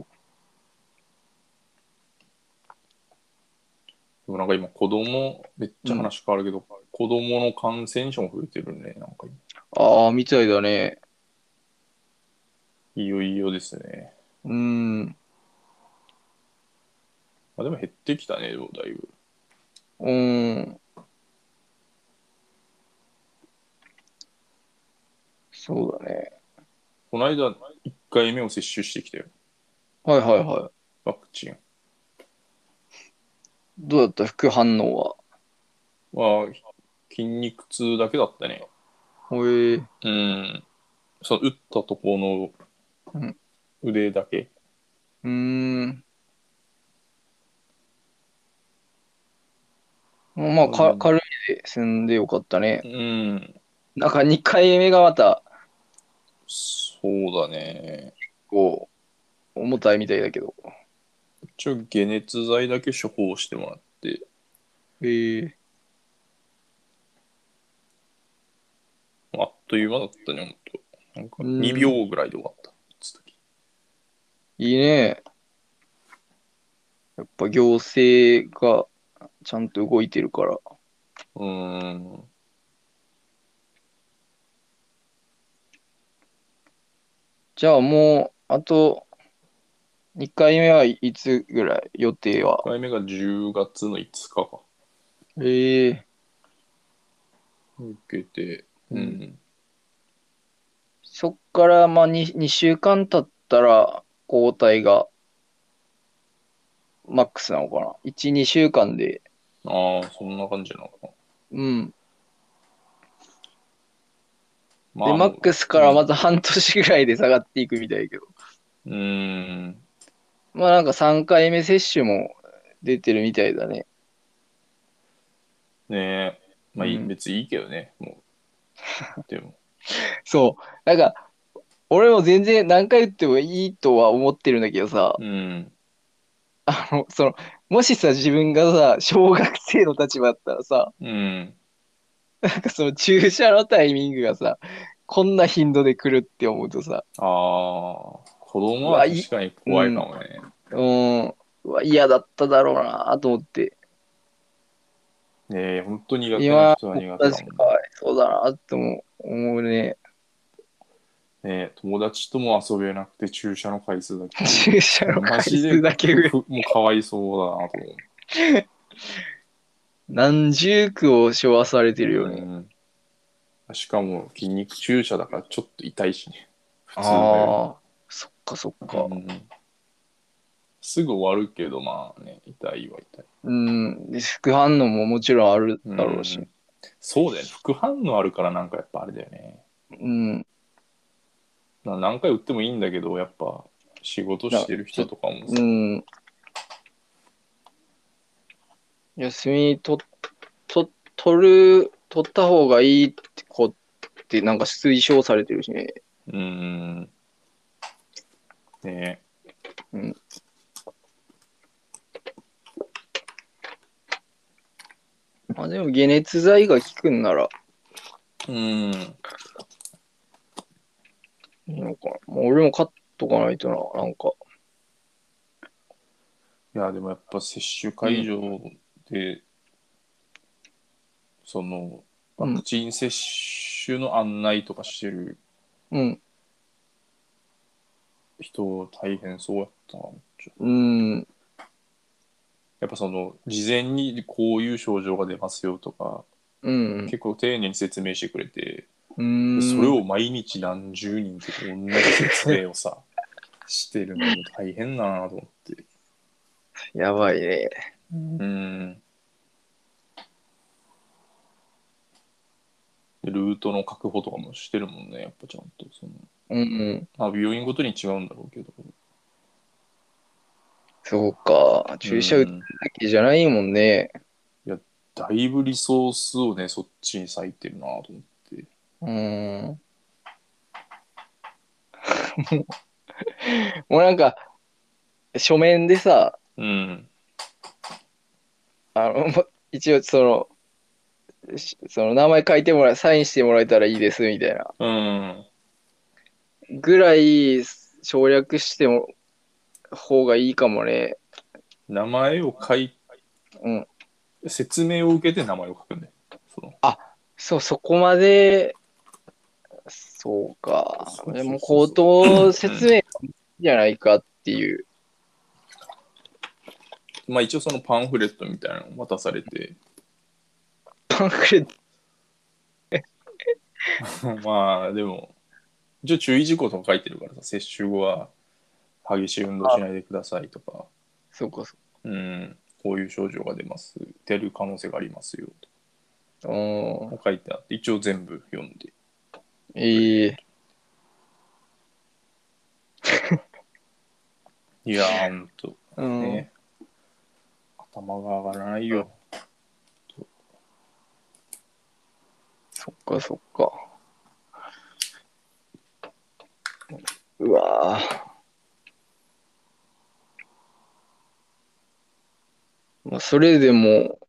A: でもなんか今子供、めっちゃ話変わるけど、子供の感染症も増えてるね。なんか
B: ああ、みたいだね。
A: いよいよですね。
B: うん。
A: まあ、でも減ってきたね、でもだいぶ。
B: うーん。そうだね。
A: この間、1回目を接種してきたよ、
B: はいはいはい。
A: ワクチン。
B: どうだった副反応は。
A: は、筋肉痛だけだったね。
B: へえ
A: うん。その打ったところ
B: う
A: の
B: ん
A: 腕だけ。
B: うーん。まあ、か軽いで済んでよかったね。
A: うん。
B: なんか2回目がまた、
A: そうだね。
B: こう、重たいみたいだけど。
A: 一応、解熱剤だけ処方してもらって、
B: へえ
A: あっという間だったね、ほんと。
B: う
A: なん
B: ん
A: か2秒ぐらいで終わった。打つ時
B: いいね。やっぱ行政がちゃんと動いてるから。
A: うん。
B: じゃあもう、あと、2回目はいつぐらい予定は
A: 1。回目が10月の5日か。
B: ええ
A: 受けて、うん。
B: そっから、まあ2、2週間経ったら、抗体が、マックスなのかな。1、2週間で、
A: ああ、そんな感じなのかな。
B: うん。
A: ま
B: で、マックスからまた半年ぐらいで下がっていくみたいだけど。
A: うん。
B: まあなんか3回目接種も出てるみたいだね。
A: ねえ。まあ、いい
B: うん
A: 別にいいけどね、も う。でも。
B: そう。なんか、俺も全然何回打ってもいいとは思ってるんだけどさ、
A: うん。
B: あの、 その、もしさ、自分がさ、小学生の立場だったらさ、
A: うん。
B: なんかその注射のタイミングがさ、こんな頻度で来るって思うとさ、
A: ああ、子供は確かに怖いかもね。
B: うーん、うわ、嫌だっただろうなと思って、
A: ねえ、本当に苦手な
B: 今、
A: 人は
B: 確
A: 苦
B: か
A: 手
B: に
A: だもんね
B: そうだなとも思うね。
A: ねえ。友達とも遊べなくて注射の回数だけ。
B: 注射の
A: マ
B: 回
A: ジで
B: 数だけぐらい
A: ふもうかわいそうだなと思う。
B: 何十区を昭和されてるよね。
A: うん、しかも筋肉注射だからちょっと痛いしね普通だよ
B: ああ、そっかそっか。
A: うんすぐ終わるけどまあね痛いは痛い
B: うん、で副反応ももちろんあるだろうし
A: ん。そうだよね副反応あるからなんかやっぱあれだよね
B: うん、
A: な何回打ってもいいんだけどやっぱ仕事してる人とかも
B: う
A: さ
B: ん。休みと、と、取る、取った方がいいってこってなんか推奨されてるしね。
A: うんね
B: うんまあでも解熱剤が効くんなら
A: うん
B: いいのかな。もう俺も買っとかないとな、なんか。
A: いやでもやっぱ接種会場で、そのワクチン接種の案内とかしてる
B: うん、
A: 人大変そうやったなちょ
B: うん、
A: やっぱその事前にこういう症状が出ますよとか、
B: うん、
A: 結構丁寧に説明してくれて、
B: うん。
A: それを毎日何十人って同じ説明をさ してるのも大変だなと思って
B: やばいね。
A: うんでルートの確保とかもしてるもんねやっぱちゃんとその、
B: うん、うん。
A: まあ、病院ごとに違うんだろうけど
B: そうか。注射打っ
A: うん
B: ただけじゃないもんね。
A: だいぶリソースをねそっちに割いてるなと思って
B: うん。もうもうなんか、書面でさ、
A: うん
B: あの、 もう一応その、しその名前書いてもらえ、サインしてもらえたらいいですみたいな。
A: うん
B: ぐらい省略しても、方がいいかもね。
A: 名前を書い
B: うん。
A: 説明を受けて名前を書くんだよその
B: そう、そこまで、そうか
A: そうそう。そう
B: でも、口頭説明じゃないかっていう。
A: まあ一応そのパンフレットみたいなのを渡されて
B: パンフレット。
A: まあでも一応注意事項とか書いてるからさ接種後は激しい運動しないでくださいとか、
B: そうかそ
A: うん、こういう症状が出ます出る可能性がありますよ
B: うか。おー
A: とか書いてあって一応全部読んで
B: ええ
A: いやーほんと
B: うん
A: ね、頭が上がらないよ
B: そっかそっか。うわぁ。まあ、それでも、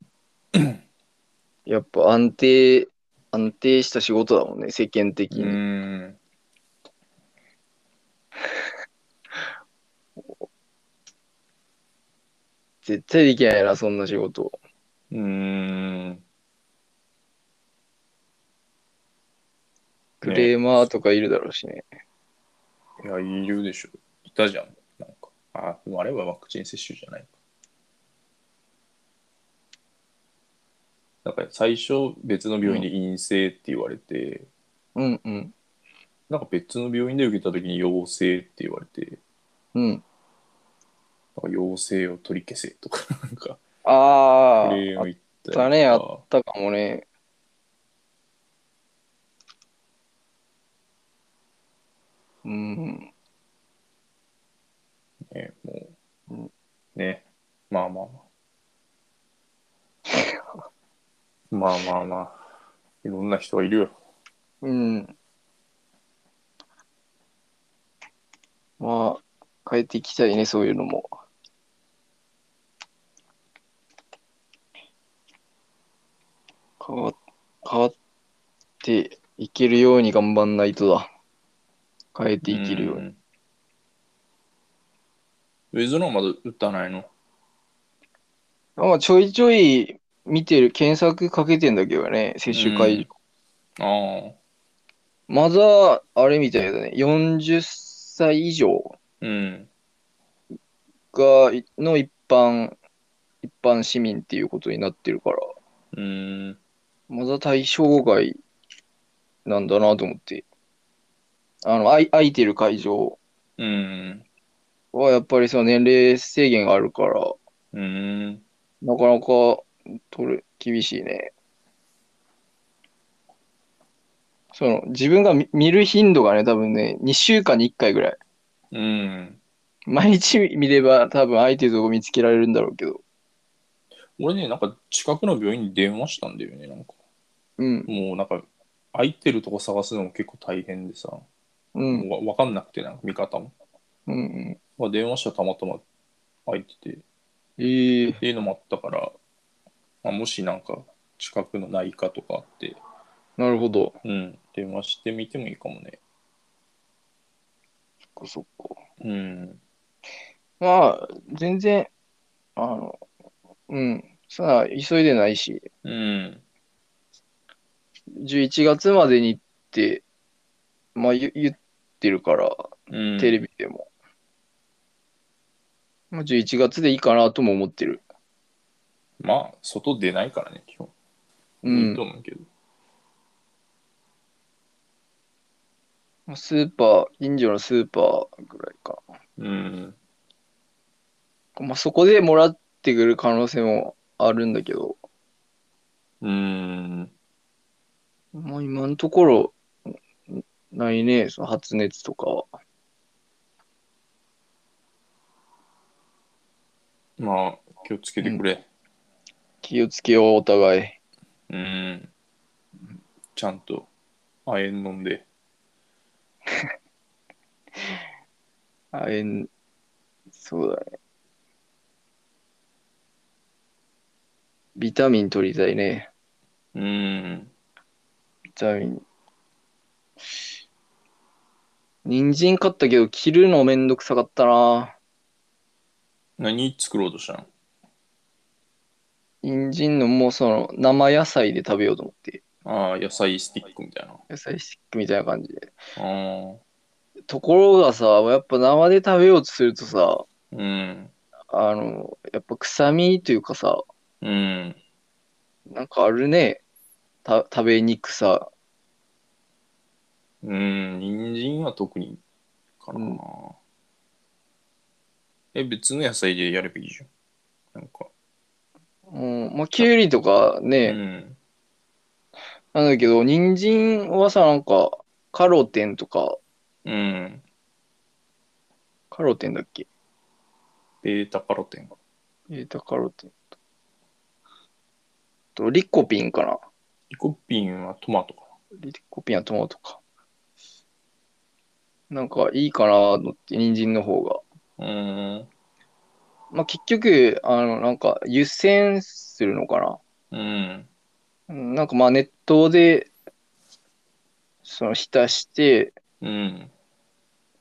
B: やっぱ安定、安定した仕事だもんね、世間的
A: う
B: に。
A: ん
B: 絶対できないな、そんな仕事。
A: うーん
B: クレーマーとかいるだろうしね。
A: いやいるでしょいたじゃんなんかあでもあれはワクチン接種じゃないかなんか最初別の病院で陰性って言われて、
B: うんうん。
A: なんか別の病院で受けた時に陽性って言われて、
B: うん。
A: なんか陽性を取り消せとか、 なんか、
B: あ
A: クレー
B: ー
A: ム言った
B: あ
A: りと
B: だねあっ
A: か
B: たかもね。うん。
A: ね、もう、
B: うん
A: ね、まあまあ まあ。まあまあまあ、いろんな人がいるよ。
B: うん。まあ、変えていきたいね、そういうのも。変わ、変わっていけるように頑張んないとだ。変えていけるように。
A: ん。ウェズのはまだ打たないの
B: まあ、ちょいちょい見てる、検索かけてんだけどね、接種会場。
A: ああ、
B: まだ、あれみたいだね、40歳以上
A: うん。
B: が、いの一般、一般市民っていうことになってるから、
A: うん。
B: まだ対象外なんだなと思って。あの、あい空いてる会場
A: うん。
B: はやっぱりその年齢制限があるから、
A: うん。
B: なかなか取る厳しいね。その自分が見見る頻度がね、多分ね、2週間に1回ぐらい。
A: うん。
B: 毎日見れば多分相手のとこ見つけられるんだろうけど。
A: 俺ね、なんか近くの病院に電話したんだよね、なんか。
B: うん、
A: もうなんか空いてるとこ探すのも結構大変でさ、も
B: うん、
A: うわ分かんなくてなんか見方も、
B: うん。うん
A: まあ、電話したらたまたま空いててっ
B: ええ
A: ていうのもあったから、まあ、もしなんか近くの内科とかあって、
B: なるほど。
A: うん、電話してみてもいいかもね
B: そっかそっか。
A: うん
B: まあ、全然、あの、うん、さあ、急いでないし、
A: うん
B: 11月までにって、まあ言言ってるから、
A: うん
B: テレビでも。まあ、11月でいいかなとも思ってる。
A: まあ外出ないからね基本
B: う
A: いい
B: ん
A: と。思うけど
B: まあスーパー、近所のスーパーぐらいか
A: うん
B: な。まあ、そこでもらってくる可能性もあるんだけど、
A: うん
B: まあ、今のところ、んないね、その発熱とかは。
A: まあ気をつけてくれ
B: 気をつけよう、お互い。
A: うん、ちゃんと亜鉛飲んで
B: あえん、そうだね。ビタミン取りたいね。
A: うん
B: ビタミン。人参買ったけど、切るのめんどくさかったな。
A: 何作ろうとしたの
B: 人参のもうその生野菜で食べようと思って。
A: ああ、野菜スティックみたいな。
B: 野菜スティックみたいな感じで。
A: ああ、
B: ところがさ、やっぱ生で食べようとするとさ、
A: うん。
B: あの、やっぱ臭みというかさ、
A: うん。
B: なんかあるね。た食べにくさ
A: うん、人参は特にかな、
B: うん
A: え、別の野菜でやればいいじゃん。なんか。
B: うん、まあ、きゅうりとか
A: う
B: ね、
A: ん。
B: なんだけど、人参はさ、なんか、カロテンとか、
A: うん。
B: カロテンだっけ
A: ベータカロテン。
B: ベータカロテンと。とリコピンかな
A: リコピンはトマトか
B: リコピンはトマトか。なんか、いいかなと思って、人参の方が。
A: な。うん。
B: まあ、結局、あの、なんか、湯煎するのかな
A: うん。
B: うんなんか、まあ、熱湯で、その、浸して、
A: うん。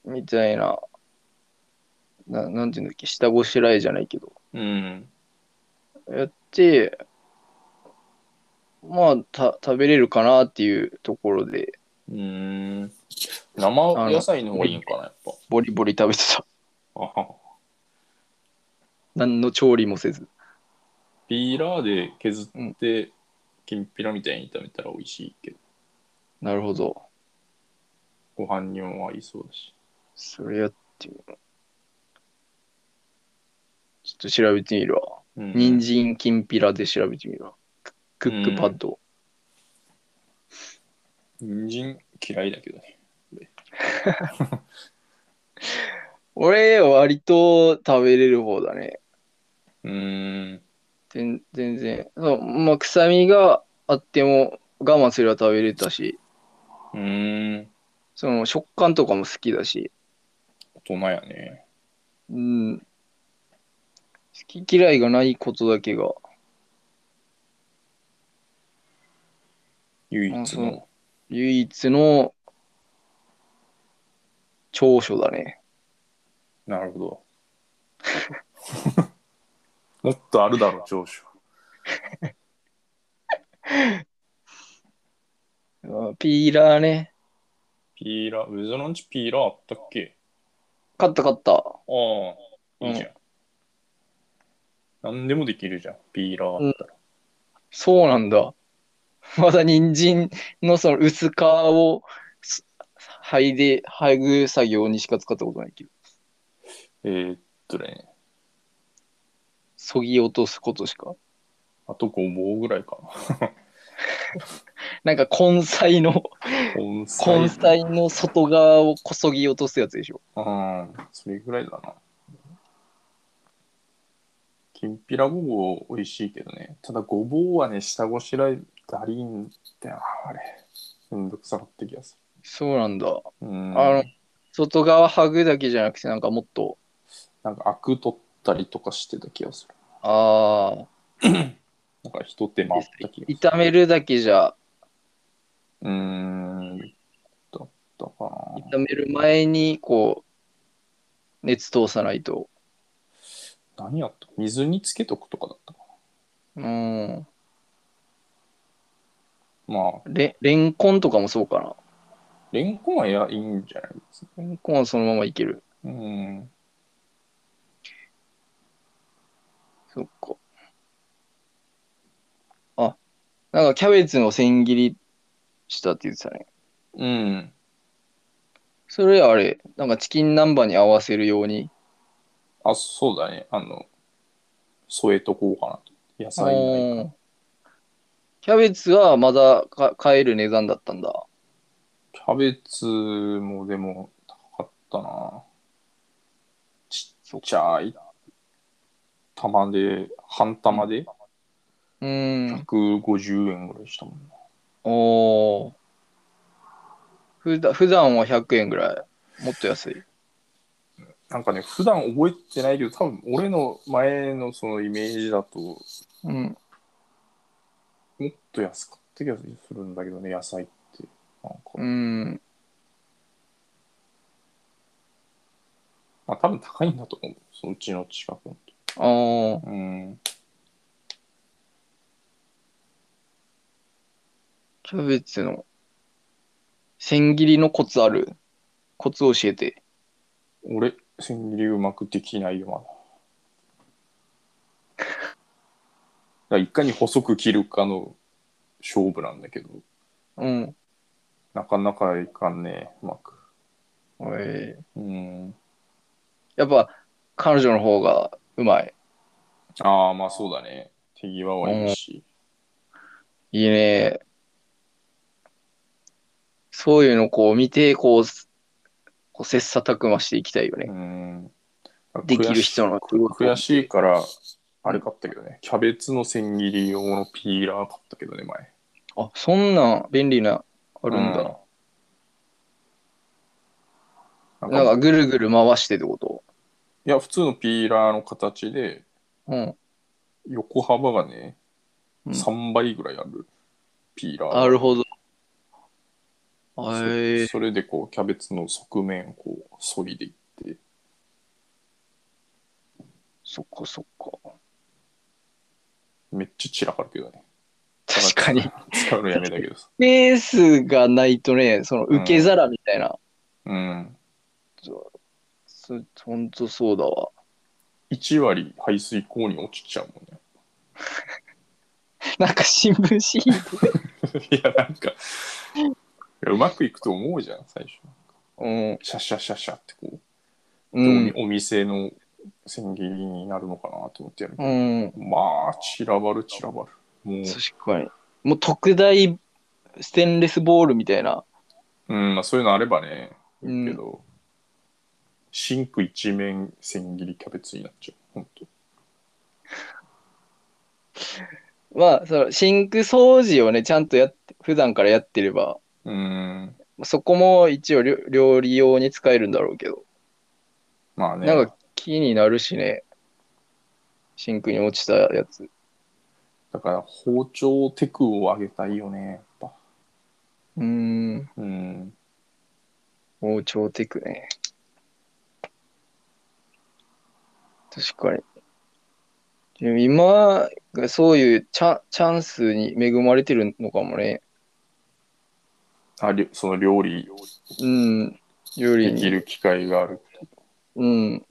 B: みたいな、ななんていうんだっけ、下ごしらえじゃないけど、
A: うん。
B: やって、まあ、た食べれるかなっていうところで、
A: うん。生野菜の方がいいんかな、やっぱ。
B: ボリボリ食べてた。
A: あは
B: 何の調理もせず。
A: ピーラーで削って、きんぴらみたいに炒めたら美味しいけど、
B: なるほど。
A: ご飯にも合いそうだし。
B: それやってみよう。ちょっと調べてみるわ。
A: うん
B: 人参きんぴらで調べてみるわ。ククックパッド。
A: 人参嫌いだけどね。
B: 俺、割と食べれる方だね。
A: うん。
B: 全全然そう、まあ、臭みがあっても我慢すれば食べれたし
A: うん。
B: その食感とかも好きだし、
A: 大人やね。
B: うん、好き嫌いがないことだけが
A: 唯
B: あ
A: 一
B: そう
A: の。
B: 唯一の長所だね
A: なるほど。もっとあるだろ、長所。
B: あピーラーね
A: ピーラー、ウェザランチピーラーあったっけ
B: 買った買った
A: ああ、いいじゃん。何でもできるじゃん、ピーラーあったら。
B: そうなんだ まだ人参のその薄皮をす剥いで剥ぐ作業にしか使ったことないけど
A: えーっとね、
B: そぎ落とすことしか
A: あとごぼうぐらいか
B: なんか根菜の
A: な。根菜。
B: 根菜の外側をこそぎ落とすやつでしょ。
A: うん、それぐらいだな。きんぴらごぼう美味しいけどね。ただごぼうはね、下ごしらえだりんだよな、あれ。めんどくさかった気がす
B: そうなんだ。
A: る。うん。
B: あの、外側剥ぐだけじゃなくて、なんかもっと、
A: なんかアク取ったりとかしてた気がする。
B: あ
A: なんか一手間あった気
B: ー
A: がする。
B: 炒めるだけじゃ、
A: うーん。だったかな。
B: 炒める前に、こう、熱通さないと。
A: 何やった水につけとくとかだったか
B: うん。
A: な。まあ、
B: レレンコンとかもそうかな。
A: レンコンはいやいいんじゃないですか。
B: レンコンはそのままいける。
A: うん。
B: そっか。あ、なんかキャベツの千切りしたって言ってたね。
A: うん。
B: それあれ、なんかチキン南蛮に合わせるように
A: あ、そうだね。あの、添えとこうかなと。野菜ない
B: うんキャベツはまだか買える値段だったんだ。
A: キャベツもでも高かったな。ちっちゃい玉で、半玉で
B: うん。
A: 150円ぐらいしたもんな。
B: おーふだ普段は100円ぐらい。もっと安い。
A: なんかね、普段覚えてないけど、多分俺の前のそのイメージだと、も
B: うん。
A: っと安かった気がするんだけどね、野菜って。なんか、
B: うん。
A: まあ多分高いんだと思う。そのうちの近くの。
B: あー
A: うん。
B: キャベツの千切りのコツある。コツ教えて。
A: 俺、千切りうまくできないよ、まだ。だからいかに細く切るかの勝負なんだけど、
B: うん。
A: なかなかいかんねうまく。
B: えー
A: うん。
B: やっぱ、彼女の方がうまい。
A: ああ、まあそうだね。手際はいいし。
B: いいね。そういうのをこう見て、こう、こう切磋琢磨していきたいよね。
A: うん。
B: できる人の
A: 悔しい悔しいから、あれ買ったけどね。キャベツの千切り用のピーラー買ったけどね、前。
B: あ、そんなん便利な、あ
A: あ
B: るんだ。。
A: なん
B: なん
A: か
B: かぐるぐる回してってこと
A: いや、普通のピーラーの形で、
B: うん。
A: 横幅がね、
B: うん
A: 3倍ぐらいあるピーラー。
B: なるほど。
A: そ
B: ええ
A: それでこう、キャベツの側面をこう、削いでいって。
B: そっかそっか。
A: めっちゃ散らかるけどね。
B: 確かに。ス
A: 使うのやめたけどさ。
B: ペースがないとね、その受け皿みたいな。
A: うん。
B: そほんとそうだわ。
A: 1割排水口に落ちちゃうもんね。
B: なんか新聞シート。
A: いや、なんか、いやうまくいくと思うじゃん、最初。
B: うん。
A: シャシャシャシャってこう、
B: うん。
A: お店の千切りになるのかなと思ってやるけど、
B: うん。
A: まあ、散らばる散らばる。もう、
B: 確かに。もう特大ステンレスボールみたいな。
A: うん、まあそういうのあればね、
B: う
A: け
B: ん。
A: ど、シンク一面千切りキャベツになっちゃう、本当
B: まあ、そのシンク掃除をね、ちゃんとやって、普段からやってれば、
A: うん、
B: そこも一応料料理用に使えるんだろうけど。
A: まあね。
B: なんか気になるしね。シンクに落ちたやつ。
A: だから包丁テクを上げたいよね、やっぱ。
B: うーん。
A: うん。
B: 包丁テクね。確かに。でも今がそういうチャチャンスに恵まれてるのかもね。
A: ありその料理
B: うん。より
A: で
B: に
A: きる機会がある。
B: うん。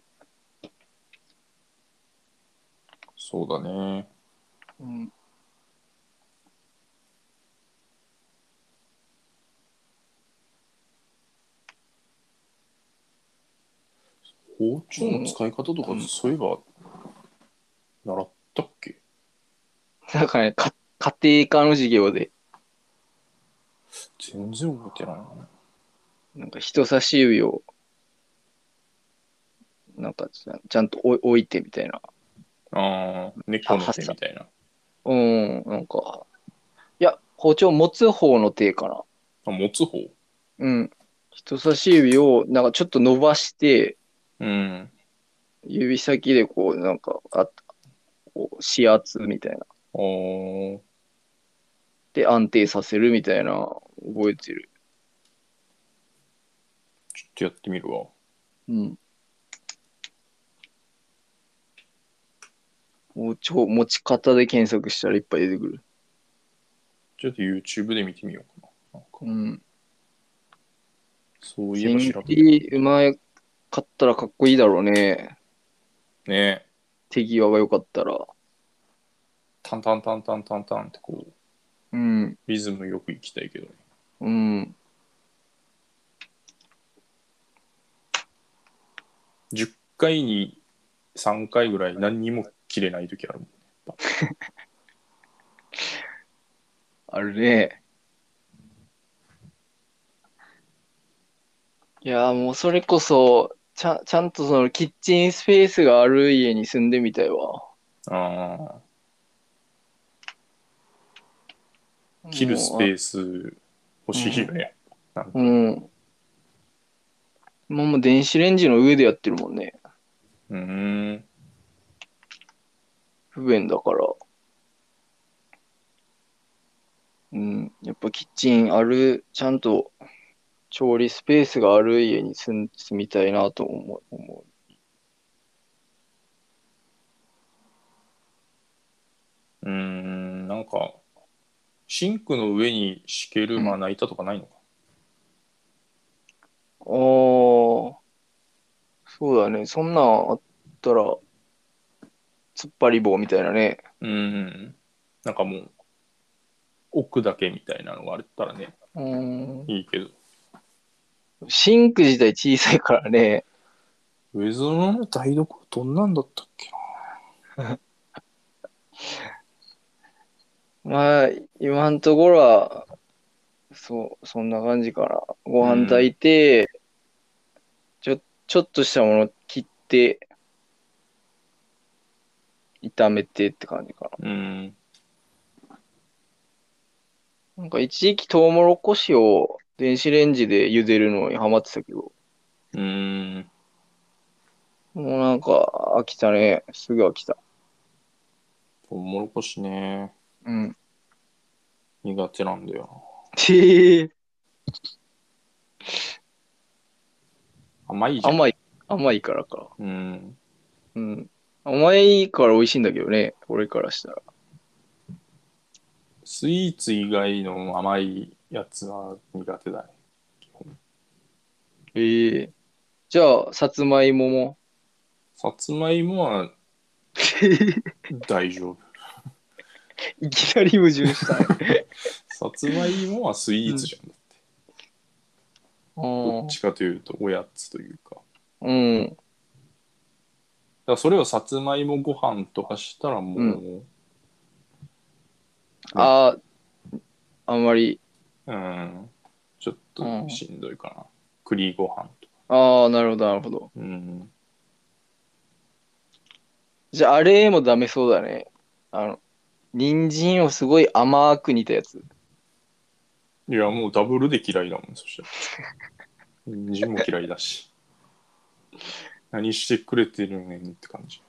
A: そうだね。
B: うん。
A: 包丁の使い方とか、
B: うん
A: そういえば、習ったっけ
B: なんかね、か家庭科の授業で、
A: 全然覚えてないな。
B: なんか人差し指を、なんかちゃちゃんと置い置いてみたいな。
A: ああ、猫の手みたいな。
B: うん、なんか、いや、包丁持つ方の手かな。
A: あ持つ方
B: うん。人差し指を、なんかちょっと伸ばして、
A: うん。
B: 指先でこう、なんか、あこう指圧みたいな。
A: あー
B: で、安定させるみたいな、覚えてる。
A: ちょっとやってみるわ。
B: うん。包丁、持ち方で検索したらいっぱい出てくる。
A: ちょっと YouTube で見てみようかな。なんか
B: うん。
A: そういえば
B: 千
A: 調べ
B: 切
A: てみる
B: りうまかったらかっこいいだろうね。
A: ね
B: 手際が良かったら。
A: タンタンタンタンタンタンってこう、
B: うん。
A: リズムよく行きたいけどね。
B: うん。
A: 10回に3回ぐらい何にも切れない時あるもん。
B: あるね。いやー、もうそれこそ、ちゃん、ちゃんとそのキッチンスペースがある家に住んでみたいわ。
A: ああ、切るスペース欲しいよね。
B: もううん。今もう電子レンジの上でやってるもんね。
A: うーん。
B: 不便だから。うん。やっぱキッチンある、ちゃんと調理スペースがある家に住ん住みたいなと思う。思う
A: うーん、なんか、シンクの上に敷けるまな板とかないのか。
B: ああ、そうだね。そんなんあったら、突っ張り棒みたいなね。
A: うーん。なんかもう、奥だけみたいなのがあったらね、
B: うん。
A: いいけど。
B: シンク自体小さいからね。
A: ウェズの台所どんなんだったっけな
B: まあ、今のところは、そう、そんな感じかな。ご飯炊いて、ちょ、ちょっとしたもの切って、炒めてって感じか
A: うん。
B: な。なんか一時期トウモロコシを電子レンジで茹でるのにハマってたけど、
A: うん。
B: もうなんか飽きたね。すぐ飽きた。
A: トウモロコシね、
B: うん。
A: 苦手なんだよな。
B: ちー、
A: 甘いじゃん。
B: 甘い、甘いからか。
A: うん。
B: うん。甘いから美味しいんだけどね、俺からしたら。
A: スイーツ以外の甘いやつは苦手だね。基本
B: ええじゃあ、さつまいもも。
A: さつまいもはい大丈夫。
B: きなり矛盾したね。
A: さつまいもはスイーツじゃん。だってどっちかというと、おやつというか。だか
B: うん。
A: らそれをさつまいもご飯とかしたらもう、
B: ああ、あんまり。
A: うんちょっとしんどいかな。栗ご飯とか。
B: ああ、なるほど、なるほど。
A: うん。
B: じゃあ、あれもダメそうだね。あの、人参をすごい甘く煮たやつ。
A: いや、もうダブルで嫌いだもん、そしたら。人参も嫌いだ し。何してくれてるねんって感じ。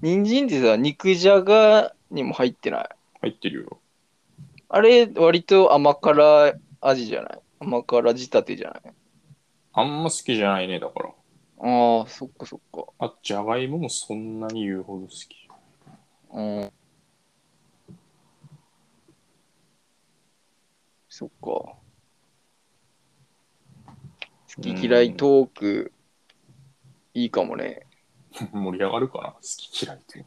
B: 人参ってさ、肉じゃがにも入ってない。
A: 入ってるよ。
B: あれ、割と甘辛味じゃない甘辛仕立てじゃない
A: あんま好きじゃないね、だから。
B: ああ、そっかそっか。
A: あ、じゃがいももそんなに言うほど好き。
B: うん。そっか。好き嫌いトーク、いいかもね。
A: 盛り上がるかな、好き嫌いって。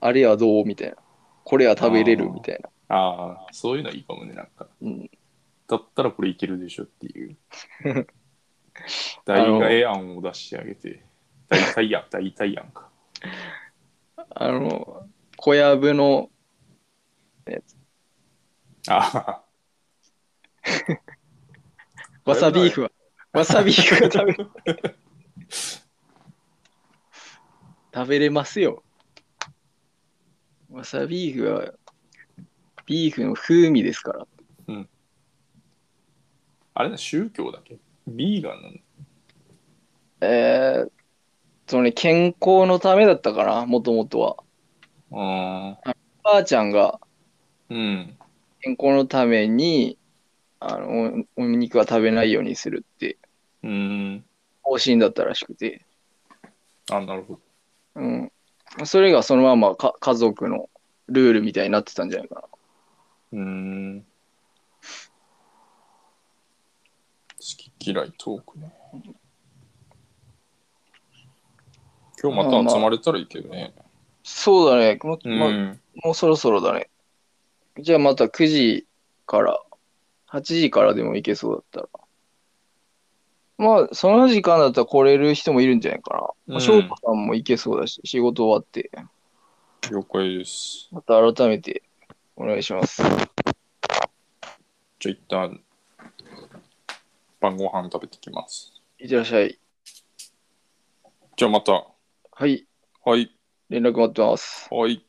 B: あれはどうみたいな。これは食べれる
A: あー
B: みたいな。
A: ああ、そういうのはいいかもね、なんか。
B: うん。
A: だったらこれいけるでしょって いう。代替案を出してあげて。代替案、代替案か。
B: あの、小籔の、
A: あ
B: わさビーフは、わさビーフが食べ、食べれますよ。わさビーフは、ビーフの風味ですから。
A: あれだ、宗教だっけビーガンなんだ。
B: えー、そのね、健康のためだったかな、もともとは。
A: あ
B: ばあちゃんが
A: ーうん。
B: 健康のために、あの、おお肉は食べないようにするって、
A: うん。
B: 方針だったらしくて、
A: あ、なるほど。
B: うん。それがそのままか家族のルールみたいになってたんじゃないかな。
A: うーん。好き嫌いトークね。今日また集まれたらいいけどね。
B: そうだね、も,、
A: うん。
B: まもうそろそろだね。じゃあまた9時から、8時からでも行けそうだったら。まあ、その時間だったら来れる人もいるんじゃないかな。ま
A: うん
B: あ、翔子さんも行けそうだし、仕事終わって、
A: 了解です。
B: また改めてお願いします。
A: じゃあ一旦晩ご飯食べてきます。
B: いってらっしゃい。
A: じゃあまた。
B: はい、
A: はい。
B: 連絡待ってます。
A: はい。